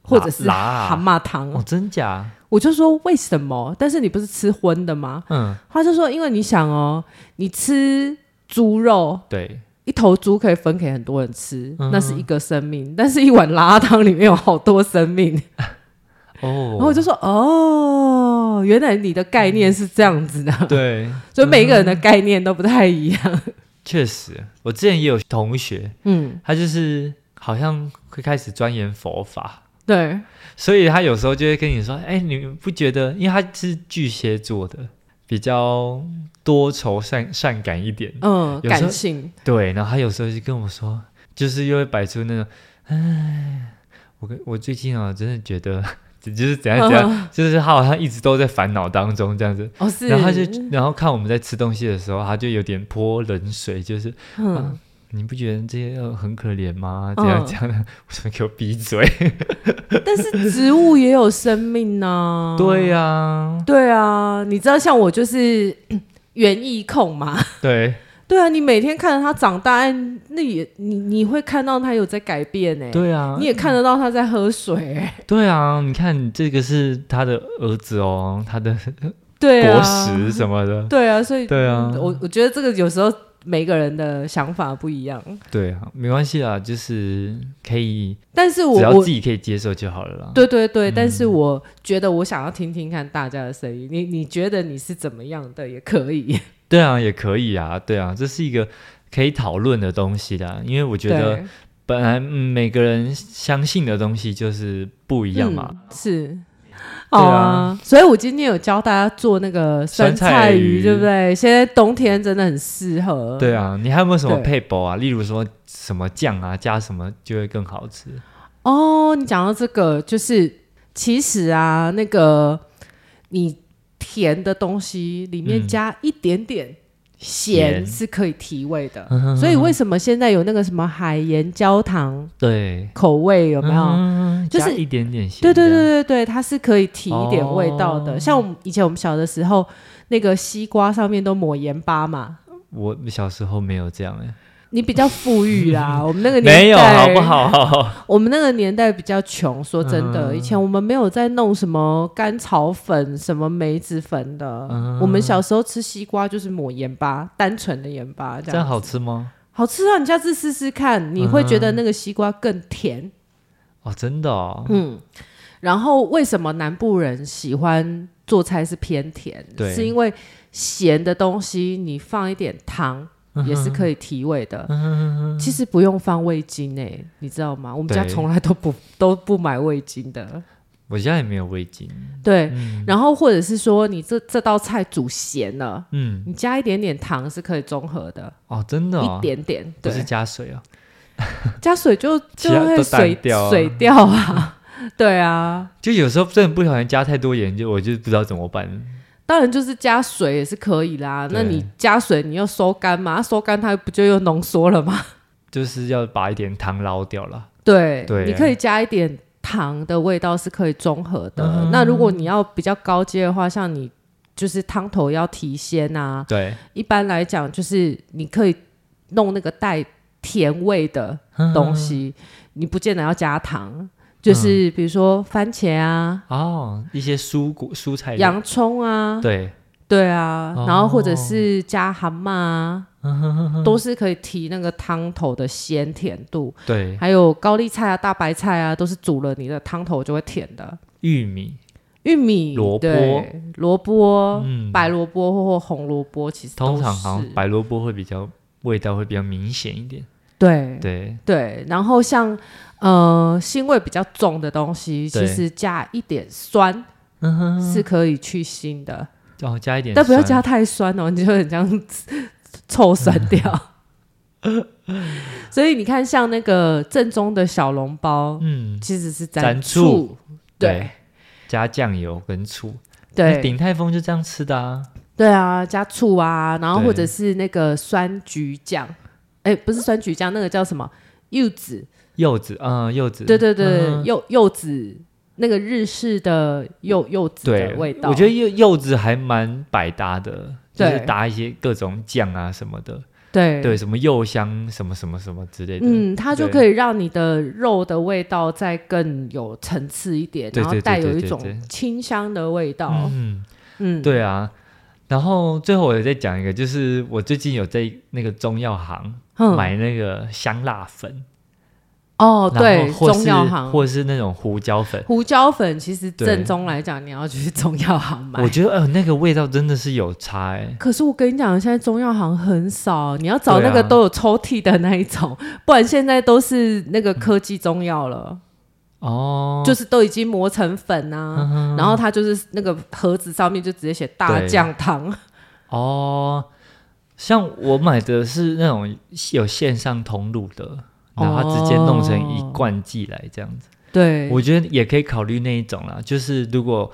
S2: 或者是
S1: 拉啊
S2: 蛤蟆汤，
S1: 哦，真假？
S2: 我就说为什么？但是你不是吃荤的吗？
S1: 嗯，
S2: 他就说，因为你想哦，你吃猪肉。
S1: 对，
S2: 一头猪可以分给很多人吃，
S1: 嗯
S2: 那是一个生命，但是一碗拉汤里面有好多生
S1: [laughs]
S2: 命，
S1: 哦，
S2: 然后我就说哦，原来你的概念是这样子的，
S1: 对，
S2: 所以每一个人的概念都不太一样。
S1: 确实，我之前也有同学，
S2: 嗯，
S1: 他就是好像会开始钻研佛法，
S2: 对，
S1: 所以他有时候就会跟你说：“哎、你不觉得？因为他是巨蟹座的，比较多愁善善感一点，
S2: 嗯，
S1: 有时候
S2: 感性，
S1: 对。然后他有时候就跟我说，就是又会摆出那种，哎，我跟我最近啊，真的觉得 [laughs] 就是怎样怎样，
S2: 嗯
S1: 就是他好像一直都在烦恼当中这样子。
S2: 哦是，
S1: 然后他就，然后看我们在吃东西的时候，他就有点泼冷水，就是
S2: 嗯
S1: 啊，你不觉得这些呃很可怜吗？
S2: 嗯
S1: 怎样怎 [laughs] 样的？为什么给我闭嘴？
S2: 但是植物也有生命呐、
S1: [laughs] 对呀、
S2: 对啊，你知道像我就是 [coughs] 嗯园艺控嘛，
S1: 对
S2: 对啊，你每天看着它长大，哎那也你你会看到它有在改变哎呢、
S1: 对啊，
S2: 你也看得到它在喝水、哎
S1: 对啊，你看这个是他的儿子哦，他的
S2: [laughs] 对啊，
S1: 果实什么的，
S2: 对啊，所以
S1: 对啊
S2: 我我觉得这个有时候每个人的想法不一样，
S1: 对啊，没关系啦，就是可以，
S2: 但是我
S1: 只要嗯
S2: 我
S1: 自己可以接受就好了啦。
S2: 对对对，但是我觉得我想要听听看大家的声音，你你觉得你是怎么样的也可以。
S1: 对啊，也可以啊，对啊，这是一个可以讨论的东西啦，因为我 [laughs] 觉得
S2: 对
S1: 本来、嗯每个人相信的东西就是不一样嘛。
S2: 嗯、是。
S1: 对啊
S2: 好啊，所以我今天有教大家做那个酸菜鱼，
S1: 酸菜鱼
S2: 对不对？现在冬天真的很适合。
S1: 对啊，你还有没有什么
S2: 对
S1: 配补啊？例如说什么酱啊，加什么就会更好吃。
S2: 哦，你讲到这个，就是其实啊，那个你甜的东西里面
S1: 嗯
S2: 加一点点咸
S1: 盐
S2: 是可以提味的，
S1: 嗯
S2: 所以为什么现在有那个什么海盐焦糖
S1: 对，
S2: 口味有没有？
S1: 嗯
S2: 就是
S1: 加一点点咸这
S2: 对
S1: 样。
S2: 对对对对，它是可以提一点味道的。
S1: 哦
S2: 像我们以前我们小的时候，那个西瓜上面都抹盐巴嘛。
S1: 我小时候没有这样哎、
S2: 你比较富裕啦，我们那个年代
S1: 没有好不？好？
S2: 我们那个年代比较穷，说真
S1: 嗯
S2: 的，以前我们没有在弄什么甘草粉、什么梅子粉的。
S1: 嗯
S2: 我们小时候吃西瓜就是抹盐巴，单纯的盐巴
S1: 这
S2: 这样
S1: 样好吃吗？
S2: 好吃啊！你下次试试看，你会觉
S1: 嗯
S2: 得那个西瓜更甜。
S1: 哦，真的哦，
S2: 嗯，然后为什么南部人喜欢做菜是偏甜？
S1: 对
S2: 是因为咸的东西你放一点糖。
S1: 嗯
S2: 也是可以提味的，其实欸不用放味精诶、你知道吗？我们家 [laughs]
S1: 对
S2: 从来都不都不买味精的，
S1: 我家也没有味精。
S2: 对，
S1: 嗯
S2: 然后或者是说你这这道菜煮咸了，
S1: 嗯，
S2: 你加一点点糖是可以中和的，
S1: 哦，真的、哦
S2: 一，点点，
S1: 不是
S2: 对，
S1: 加水哦。
S2: 加水就
S1: 其
S2: 就
S1: 他
S2: 会
S1: 都淡
S2: 水
S1: 掉啊
S2: 水掉啊， [laughs] 对啊，
S1: 就有时候真的不小心加太多盐，就我就不知道怎么办。
S2: 当然就是加水也是可以啦。
S1: 对
S2: 那你加水，你又收干嘛？啊收干它不就又浓缩了吗？ [laughs]
S1: 就是要把一点糖捞掉了。
S2: 对，
S1: 对
S2: 你可以加一点糖的味道是可以中和的。
S1: 嗯
S2: 那如果你要比较高阶的话，像你就是汤头要提鲜啊，
S1: 对，
S2: 一般来讲就是你可以弄那个带甜味的
S1: 嗯
S2: 东西，你不见得要加糖，
S1: 嗯
S2: 就是比如说番茄啊、
S1: 哦，一些蔬果、蔬菜类，
S2: 洋葱啊，
S1: 对，
S2: 对啊，
S1: 哦
S2: 然后或者是加蛤蟆啊，都是可以提那个汤头的鲜甜度。
S1: 对，
S2: 还有高丽菜啊、大白菜啊，都是煮了你的汤头就会甜的。
S1: 玉米，
S2: 玉米、
S1: 萝卜
S2: 对、萝卜、
S1: 嗯，
S2: 白萝卜或或红萝卜，其实都
S1: 通常好
S2: 是
S1: 像白萝卜会比较味道会比较明显一点。
S2: 对
S1: 对，
S2: 对。然后像呃腥味比较重的东西，
S1: 对
S2: 其实加一点酸
S1: 嗯哼，
S2: 是可以去腥的，
S1: 然后哦加一点，
S2: 但不要加。太酸哦，你就很像臭酸
S1: [laughs]
S2: 掉。所以你看，像那个正宗的小笼包，
S1: 嗯，
S2: 其实是
S1: 沾
S2: 醋，对，
S1: 加酱油跟醋。那
S2: 对，
S1: 鼎泰丰就这样吃的啊。
S2: 对啊，加醋啊，然后
S1: 对
S2: 或者是那个酸橘酱，哎，不是酸橘酱，那个叫什么柚子？
S1: 柚子，嗯，柚子，
S2: 对对对，
S1: 嗯
S2: 柚柚子那个日式的柚柚子
S1: 对
S2: 的味道，
S1: 我觉得柚柚子还蛮百搭的，就是
S2: 对
S1: 搭一些各种酱啊什么的，
S2: 对
S1: 对，什么柚香什么什么什么之类的。
S2: 嗯，它就
S1: 对
S2: 可以让你的肉的味道再更有层次一点，
S1: 对
S2: 然后
S1: 对对
S2: 带有
S1: 对
S2: 一
S1: 对
S2: 种
S1: 对
S2: 清香的味道。
S1: 嗯，
S2: 嗯，
S1: 对啊。然后最后我再讲一个，就是我最近有在那个中药行
S2: 嗯
S1: 买那个香辣粉，
S2: 哦，
S1: 然
S2: 对，
S1: 后或
S2: 中
S1: 是
S2: 药行
S1: 或是那种胡椒粉，
S2: 胡椒粉，其实
S1: 对
S2: 正宗来讲，你要去 [laughs] 中药行买
S1: 我。觉得呃那个味道真的是有差哎、
S2: 可是我跟你讲，现在中药行很少，你要找
S1: 对啊
S2: 那个都有抽屉的那一种，不然现在都是那个科技中药了，
S1: 哦，嗯
S2: 就是都已经磨成粉啊，然后它就是那个盒子上面就直接写大
S1: 对
S2: 酱汤， [laughs]
S1: 哦，像我买的是那种有线上通路的，然后它直接弄成一罐寄来这样子。
S2: 哦对，
S1: 我觉得也可以考虑那一种啦，就是如果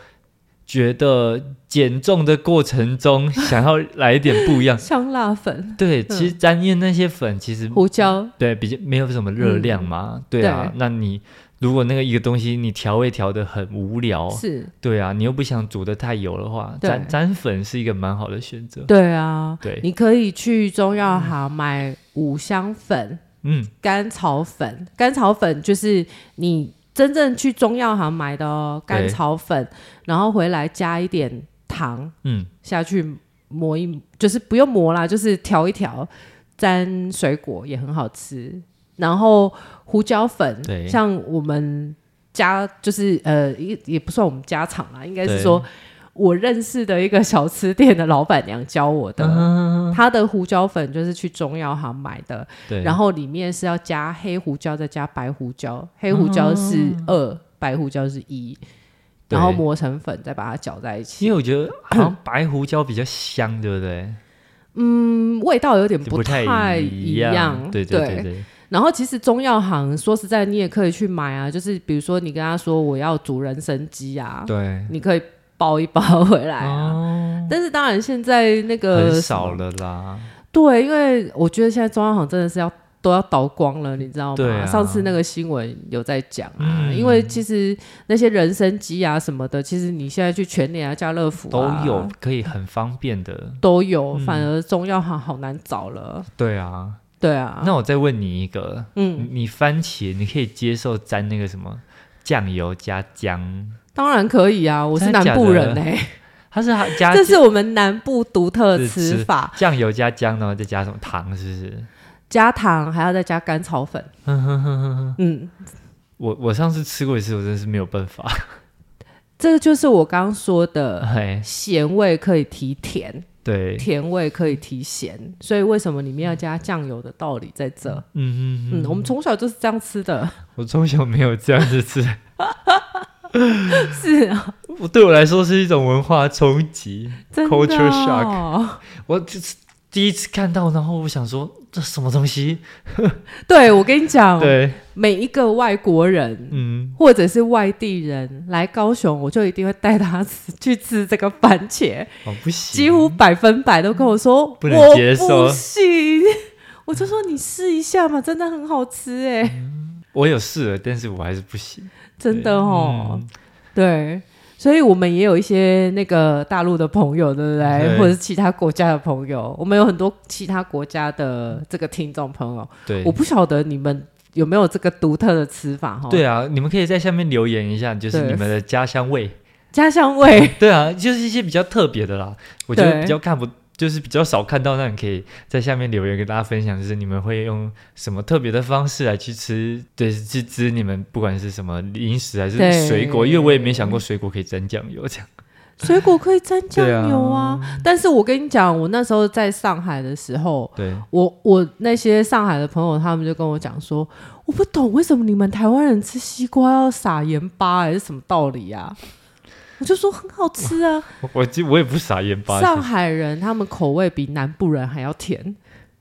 S1: 觉得减重的过程中想要来一点不一样， [laughs]
S2: 香辣粉、
S1: 对，其实沾燕那些粉其实
S2: 胡椒，
S1: 对比较没有什么热量嘛，对啊，
S2: 嗯对
S1: 那你。如果那个一个东西你调味调的很无聊，
S2: 是
S1: 对啊，你又不想煮的太油的话，
S2: 对
S1: 沾沾粉是一个蛮好的选择。
S2: 对啊，
S1: 对，
S2: 你可以去中药行买五香粉、
S1: 嗯，
S2: 甘草粉，甘草粉就是你真正去中药行买的哦，
S1: 对
S2: 甘草粉，然后回来加一点糖。
S1: 嗯，
S2: 下去磨一，就是不用磨啦，就是调一调，沾水果也很好吃。然后胡椒粉
S1: 对，
S2: 像我们家就是呃，也也不算我们家常啦，应该是说我认识的一个小吃店的老板娘教我的。
S1: 嗯
S2: 她的胡椒粉就是去中药行买的，
S1: 对，
S2: 然后里面是要加黑胡椒，再加白胡椒，黑胡椒是二、白胡椒是一，
S1: 嗯对
S2: 然后磨成粉，再把它搅在一起。
S1: 因为我觉得好像白胡椒比较香，对不对？
S2: 嗯，味道有点
S1: 就
S2: 不
S1: 太
S2: 太
S1: 一
S2: 样
S1: 对
S2: 对
S1: 对对，
S2: 然后其实中药行说实在，你也可以去买啊，就是比如说你跟他说我要煮人参鸡啊，
S1: 对哦
S2: 你可以包一包回来啊。但是当然现在那个
S1: 很少了啦。
S2: 啊对，因为我觉得现在中药行真的是要都要倒光了，你知道
S1: 对
S2: 吗？
S1: 啊
S2: 上次那个新闻有在讲啊，
S1: 嗯
S2: 因为其实那些人参鸡啊什么的，其实你现在去全联啊、家乐福、
S1: 都
S2: 啊、
S1: 有嗯可以很方便的，
S2: 都有，反而中药行好难找了。
S1: 对啊。
S2: 对啊，
S1: 那我再问你一个，
S2: 嗯
S1: 你，你番茄你可以接受沾那个什么酱油加姜？
S2: 当然可以啊，我是
S1: 真的
S2: 南
S1: 假的
S2: 部人哎、
S1: 它是
S2: [laughs]
S1: 它加
S2: 这是我们南部独特的吃法，
S1: 酱油加姜，然后再加什么糖？是不是？
S2: 加糖还要再加甘草粉。嗯，
S1: 我我上次吃过一次，我真的是没有办法。 [laughs]
S2: 这个就是我刚刚说的，
S1: 哎，
S2: 咸味可以提甜，
S1: 对，
S2: 甜味可以提咸，所以为什么里面要加酱油的道理在这。
S1: 嗯嗯嗯，
S2: 嗯，我们从小就是这样吃的。
S1: 我从小没有这样子吃。
S2: [laughs] 是啊，
S1: 我对我来说是一种文化冲击。
S2: 真的、
S1: Culture
S2: 哦。
S1: 我这是第一次看到，然后我想说这什么东西？哦
S2: 对，我跟你讲，
S1: 对，
S2: 每一个外国人。
S1: 嗯，
S2: 或者是外地人来高雄，我就一定会带他吃去吃这个番茄，
S1: 哦，不行，
S2: 几乎百分百都跟我说
S1: 不能接受
S2: 我不行。 [laughs] 我就说你试一下嘛，真的很好吃哎、
S1: 我有试了，但是我还是不行。
S2: 真的哦。
S1: 嗯
S2: 对，所以我们也有一些那个大陆的朋友，对不对？
S1: 对
S2: 或者是其他国家的朋友，我们有很多其他国家的这个听众朋友，
S1: 对
S2: 我，不晓得你们有没有这个独特的吃法哈？，
S1: 对啊，你们可以在下面留言一下，就是
S2: 对
S1: 你们的家乡味。
S2: 家乡味，
S1: 对啊，就是一些比较特别的啦，我觉得
S2: 对
S1: 比较看不，就是比较少看到，那你可以在下面留言跟大家分享，就是你们会用什么特别的方式来去吃，对，去吃你们不管是什么零食还是
S2: 对
S1: 水果，因为我也没想过水果可以沾酱油这样。
S2: 水果可以沾酱
S1: 对啊
S2: 油啊。但是我跟你讲，我那时候在上海的时候。
S1: 对，
S2: 我我那些上海的朋友，他们就跟我讲说，我不懂为什么你们台湾人吃西瓜要撒盐巴、欸，是什么道理啊？我就说很好吃啊，
S1: 我我记我也不撒盐巴，
S2: 上海人他们口味比南部人还要甜，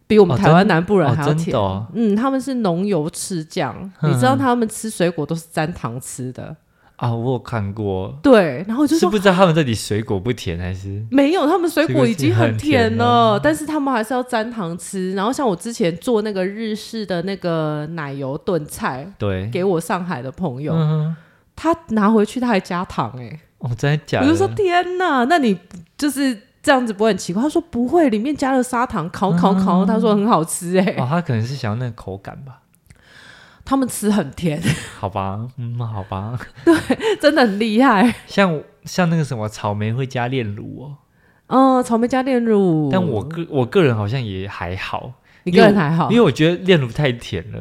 S2: 比我们台湾南部人
S1: 哦，
S2: 还要
S1: 真
S2: 甜。
S1: 的哦，
S2: 嗯，他们是浓油赤酱，
S1: 嗯
S2: 你知道他们吃水果都是沾糖吃的，
S1: 啊，我有看过，
S2: 对。然后我就是说
S1: 不知道他们到底水果不甜还是
S2: 没有，他们水果已经很
S1: 水果已经很
S2: 甜
S1: 甜哦
S2: 了，
S1: 了
S2: 但是他们还是要沾糖吃。然后像我之前做那个日式的那个奶油炖菜，
S1: 对。
S2: 给我上海的朋友，
S1: 嗯哼，
S2: 他拿回去他还加糖哎、
S1: 哦，真的假
S2: 我
S1: 的？
S2: 就说天哪，那你就是这样子不会很奇怪？他说不会，里面加了砂糖，烤烤
S1: 嗯
S2: 烤，他说很好吃哎、
S1: 哦，他可能是想要那个口感吧？
S2: 他们吃很甜， [laughs]
S1: 好吧，嗯，好吧。
S2: 真的很厉害。
S1: 像像那个什么草莓会加炼乳哦，
S2: 嗯，草莓加炼乳，
S1: 但我个我个人好像也还好，
S2: 你个人还好
S1: 因为我觉得炼乳太甜了，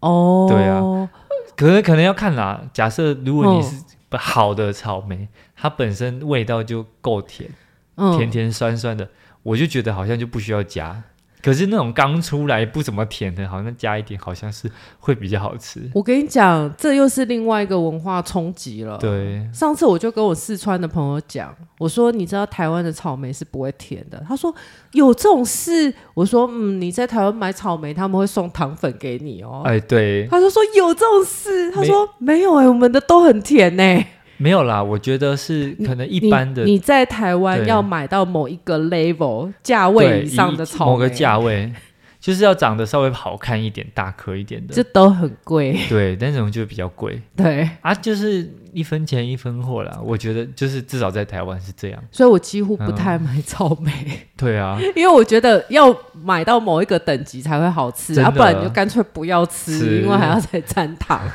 S2: 哦，
S1: 对啊，可能可能要看啦。假设如果
S2: 哦
S1: 你是不好的草莓，它本身味道就够甜，
S2: 嗯
S1: 甜甜酸酸的，我就觉得好像就不需要加。可是那种刚出来不怎么甜的，好像加一点好像是会比较好吃。
S2: 我跟你讲，这又是另外一个文化冲击了。，
S1: 对，
S2: 上次我就跟我四川的朋友讲，我说你知道台湾的草莓是不会甜的，他说有这种事，我说嗯，你在台湾买草莓他们会送糖粉给你哦。
S1: 哎，对，
S2: 他就说有这种事，他说没有哎、我们的都很甜呢、
S1: 没有啦，我觉得是可能一
S2: 你
S1: 般的
S2: 你在台湾
S1: 对
S2: 要买到某一个 level 价位
S1: 对
S2: 以上的草莓，
S1: 某个价位，就是要长得稍微好看一点、大颗一点
S2: 这
S1: 的。
S2: 都很贵。
S1: 对，那种就比较贵
S2: 对，
S1: 啊，就是一分钱一分货啦。我觉得就是至少在台湾是这样。
S2: 所以我几乎
S1: 嗯
S2: 不太买草莓。
S1: 对啊，
S2: 因为我觉得要买到某一个等级才会好吃，
S1: 真
S2: 啊，
S1: 的
S2: 不然你就干脆不要吃，
S1: 是
S2: 因为还要再
S1: [laughs]
S2: 沾糖。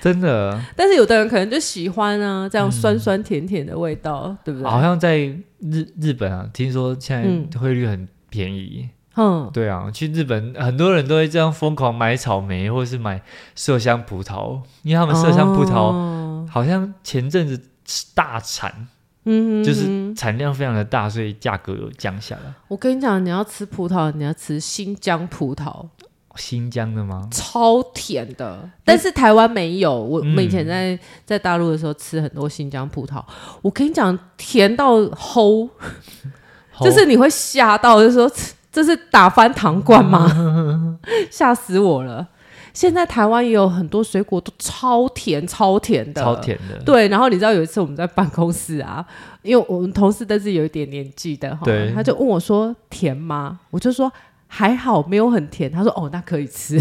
S1: 真的，
S2: 但是有的人可能就喜欢啊，这样酸酸甜甜的味道， [laughs] 对不
S1: 嗯
S2: 对？
S1: 好像在日日本啊，听说现
S2: 嗯
S1: 在汇率很便宜。
S2: 嗯，
S1: 对啊，去日本很多人都会这样疯狂买草莓，或者是买麝香葡萄，因为他
S2: 他
S1: 们麝香葡
S2: 哦
S1: 萄
S2: 萄，
S1: 好像前阵子大产，
S2: 嗯，
S1: 就是产量非常的大，所以价格有降下来。
S2: 我跟你讲，你要吃葡萄，你要吃新疆葡萄，
S1: 新疆的吗？
S2: 超甜的。但是台湾没有，我我
S1: 嗯
S2: 们以前在在大陆的时候吃很多新疆葡萄，我跟你讲，甜到齁，
S1: 哦
S2: 就是你会吓到，就说 [laughs] 这这是打翻糖
S1: [laughs]
S2: 罐吗？吓死我了！现在台湾也有很多水果都超甜、超甜的，
S1: 超。甜的，
S2: 对，然后你知道有一次我们在办公室啊，因为我们同事都是有一点年纪的哈
S1: 对，
S2: 他就问我说甜吗？我就说还好，没有很甜。他说哦，那可以吃。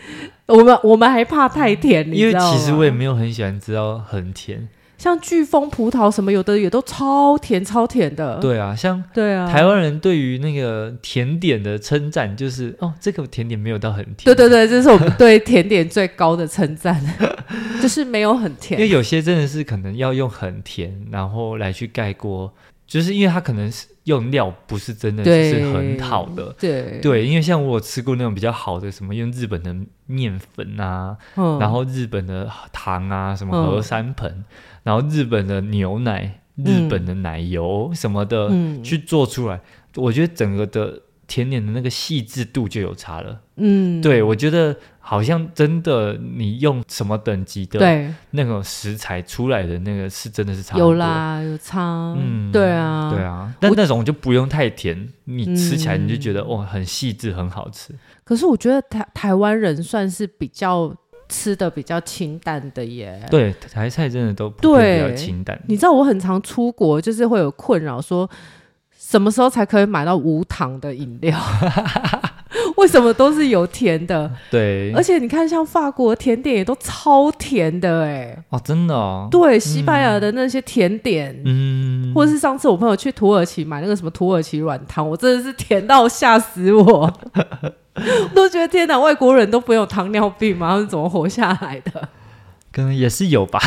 S2: [laughs] 我们我们还怕太甜，你
S1: 因为
S2: 知道
S1: 其实
S2: 吗
S1: 我也没有很喜欢知道很甜。
S2: 像飓风葡萄什么，有的也都超甜超甜的。
S1: 对啊，像
S2: 对哦啊，
S1: 台湾人对于那个甜点的称赞就是哦，这个甜点没有到很甜。
S2: 对对对，这是我们对甜点最高的
S1: [laughs]
S2: 称赞，就是没有很
S1: 因为
S2: 甜。
S1: 有些真的是可能要用很甜，然后来去盖过，就是因为它可能是用料不是真的
S2: 对
S1: 是很好的。
S2: 对，
S1: 对，因为像我有吃过那种比较好的，什么用日本的面粉啊，
S2: 嗯
S1: 然后日本的糖啊，什么
S2: 嗯
S1: 和山盆，然后日本的牛奶、日本的奶油什么的、
S2: 嗯
S1: 去做出来，我觉得整个的甜点的那个细致度就有差了。
S2: 嗯，
S1: 对我觉得好像真的你用什么等级的
S2: 对，
S1: 那种食材出来的那个是真的是差很多
S2: 有，啦，有差，
S1: 嗯
S2: 对啊，
S1: 对。啊，但那种就不用太甜，你吃起来你就觉得
S2: 嗯
S1: 哇、很细致，很好吃。
S2: 可是我觉得台台湾人算是比较吃的比较清淡的耶。
S1: 对，台菜真的都普遍比较清淡。
S2: 你知道我很常出国，就是会有困扰，说什么时候才可以买到无糖的
S1: [laughs]
S2: 饮料？为什么都是有甜的？
S1: 对
S2: 而，且你看，像法国甜点也都超甜的哎、
S1: 哦，真的哦，
S2: 对，西班牙的那些甜点，
S1: 嗯，
S2: 或者是上次我朋友去土耳其买那个什么土耳其软糖，我真的是甜到吓
S1: [laughs]
S2: 死我，都觉得天哪，外国人都不会有糖尿病吗？他们是怎么活下来的？
S1: 可能也是有
S2: [laughs]
S1: 吧。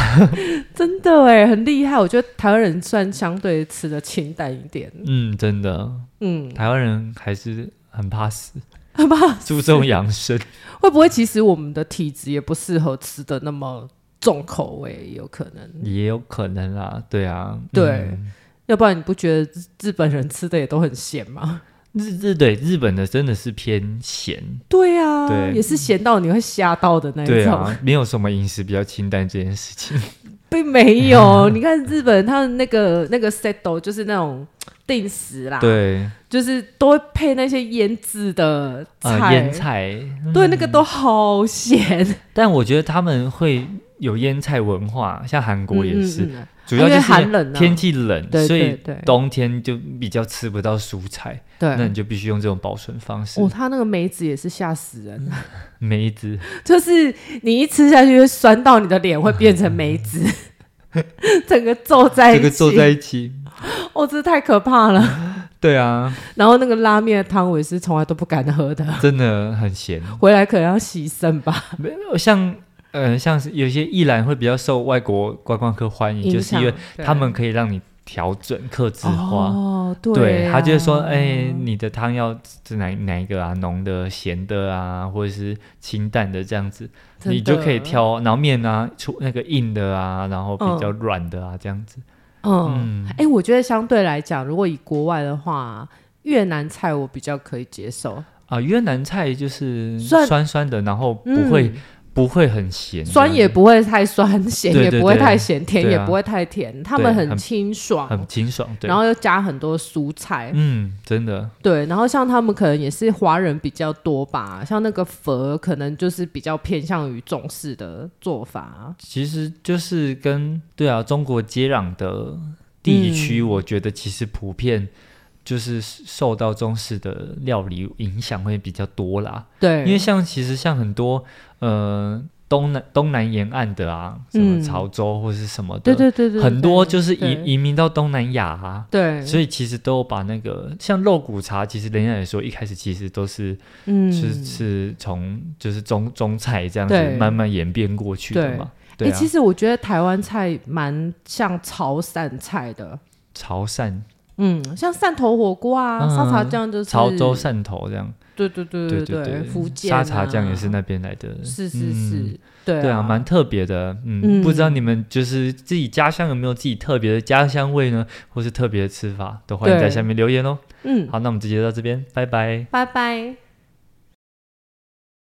S2: 真的哎，很厉害。我觉得台湾人算相对吃的清淡一点，
S1: 嗯，真的，
S2: 嗯，
S1: 台湾人还是很怕死，
S2: 好吧？
S1: 注重养生。
S2: 会不会其实我们的体质也不适合吃的那么重口味，也有可能。
S1: 也有可能啦，对啊，
S2: 对
S1: 嗯
S2: 要不然你不觉得日日本人吃的也都很咸吗？
S1: 日日对日本的真的是偏咸，
S2: 对啊，
S1: 对
S2: 也是咸到你会吓到的那一种。
S1: 对啊，没有什么饮食比较清淡这件事
S2: [laughs]
S1: 情，
S2: 并没
S1: [laughs]
S2: 有。你看日本，他的那个那个 settle 就是那种定时啦，，
S1: 对，
S2: 就是都会配那些腌制的
S1: 呃，
S2: 菜，
S1: 腌菜，嗯
S2: 对，那个都好咸，
S1: 但我觉得他们会有腌菜文化，像韩国也是，
S2: 嗯嗯嗯
S1: 主要
S2: 因
S1: 就
S2: 为
S1: 是
S2: 寒冷啊
S1: 天气冷，
S2: 对
S1: 所
S2: 对
S1: 以
S2: 对
S1: 冬天就比较吃不到蔬菜，那
S2: 对。
S1: 你就必须用这种保存方式，
S2: 哦，他那个梅子也是吓死人，
S1: 嗯梅子，
S2: [laughs] 就是你一吃下去会酸到你的脸，会变成
S1: [laughs]
S2: 梅子，整个皱在一
S1: 这个
S2: 起。
S1: 坐在一起，
S2: 哦，这太可怕了。
S1: 对啊，
S2: 然后那个拉面的汤我也是从来都不敢喝的，
S1: 真的很咸。
S2: 回来可能要洗肾吧。
S1: 没有像呃，像是有些艺兰会比较受外国观光客欢迎，就是因为
S2: 影响
S1: 他们可以让你调整客制化。
S2: 哦，
S1: 对
S2: 啊
S1: 他就会说，哎、你的汤要是哪哪一个啊，浓的、咸的啊，或者是清淡的这样子，
S2: 真的
S1: 你就可以挑。然后面啊，出那个硬的啊，然后比较软的啊，这样子。
S2: 嗯，哎、我觉得相对来讲，如果以国外的话，越南菜我比较可以接受，
S1: 啊、越南菜就是
S2: 酸
S1: 酸酸的，然后不会、
S2: 嗯
S1: 不会很咸，
S2: 酸也不会太酸，咸
S1: 对
S2: 也
S1: 对
S2: 不会
S1: 对
S2: 太咸，甜
S1: 对
S2: 也
S1: 啊
S2: 不会太甜，他们
S1: 对
S2: 很
S1: 很
S2: 清爽，
S1: 很清爽。对
S2: 然，后又加很多蔬菜，
S1: 嗯，真的，
S2: 对，然后像他们可能也是华人比较多吧，像那个佛可能就是比较偏向于中式的做法，
S1: 其实就是跟对啊中国接壤的地
S2: 嗯
S1: 区，我觉得其实普遍就是受到中式的料理影响会比较多啦。
S2: 对，
S1: 因为像其实像很多呃东南东南沿岸的啊，什么
S2: 嗯
S1: 潮州或是什么的，
S2: 对对对对对，
S1: 很多就是
S2: 对
S1: 移移民到东南亚啊。
S2: 对，
S1: 所以其实都把那个像肉骨茶，其实人家也说一开始其实都是、
S2: 嗯
S1: 是是从就是中中菜这样子
S2: 对
S1: 慢慢演变过去的
S2: 对
S1: 嘛。
S2: 哎、
S1: 对啊，
S2: 其实我觉得台湾菜蛮像潮汕菜的，
S1: 潮汕、
S2: 嗯，像汕头火锅啊，
S1: 嗯
S2: 沙茶酱就是
S1: 潮州、汕头这样，
S2: 对对对
S1: 对
S2: 对，
S1: 对，
S2: 福建、
S1: 沙
S2: 啊
S1: 茶酱也是，那边来的，
S2: 是是
S1: 嗯
S2: 是，对
S1: 对啊，蛮特别的。嗯，
S2: 嗯
S1: 不知道你们就是自己家乡有没有自己特别的家乡味呢，或是特别的吃法，都欢迎在
S2: 对
S1: 下面留言哦。
S2: 嗯，
S1: 好，那我们直接到这边，拜拜。
S2: 拜拜。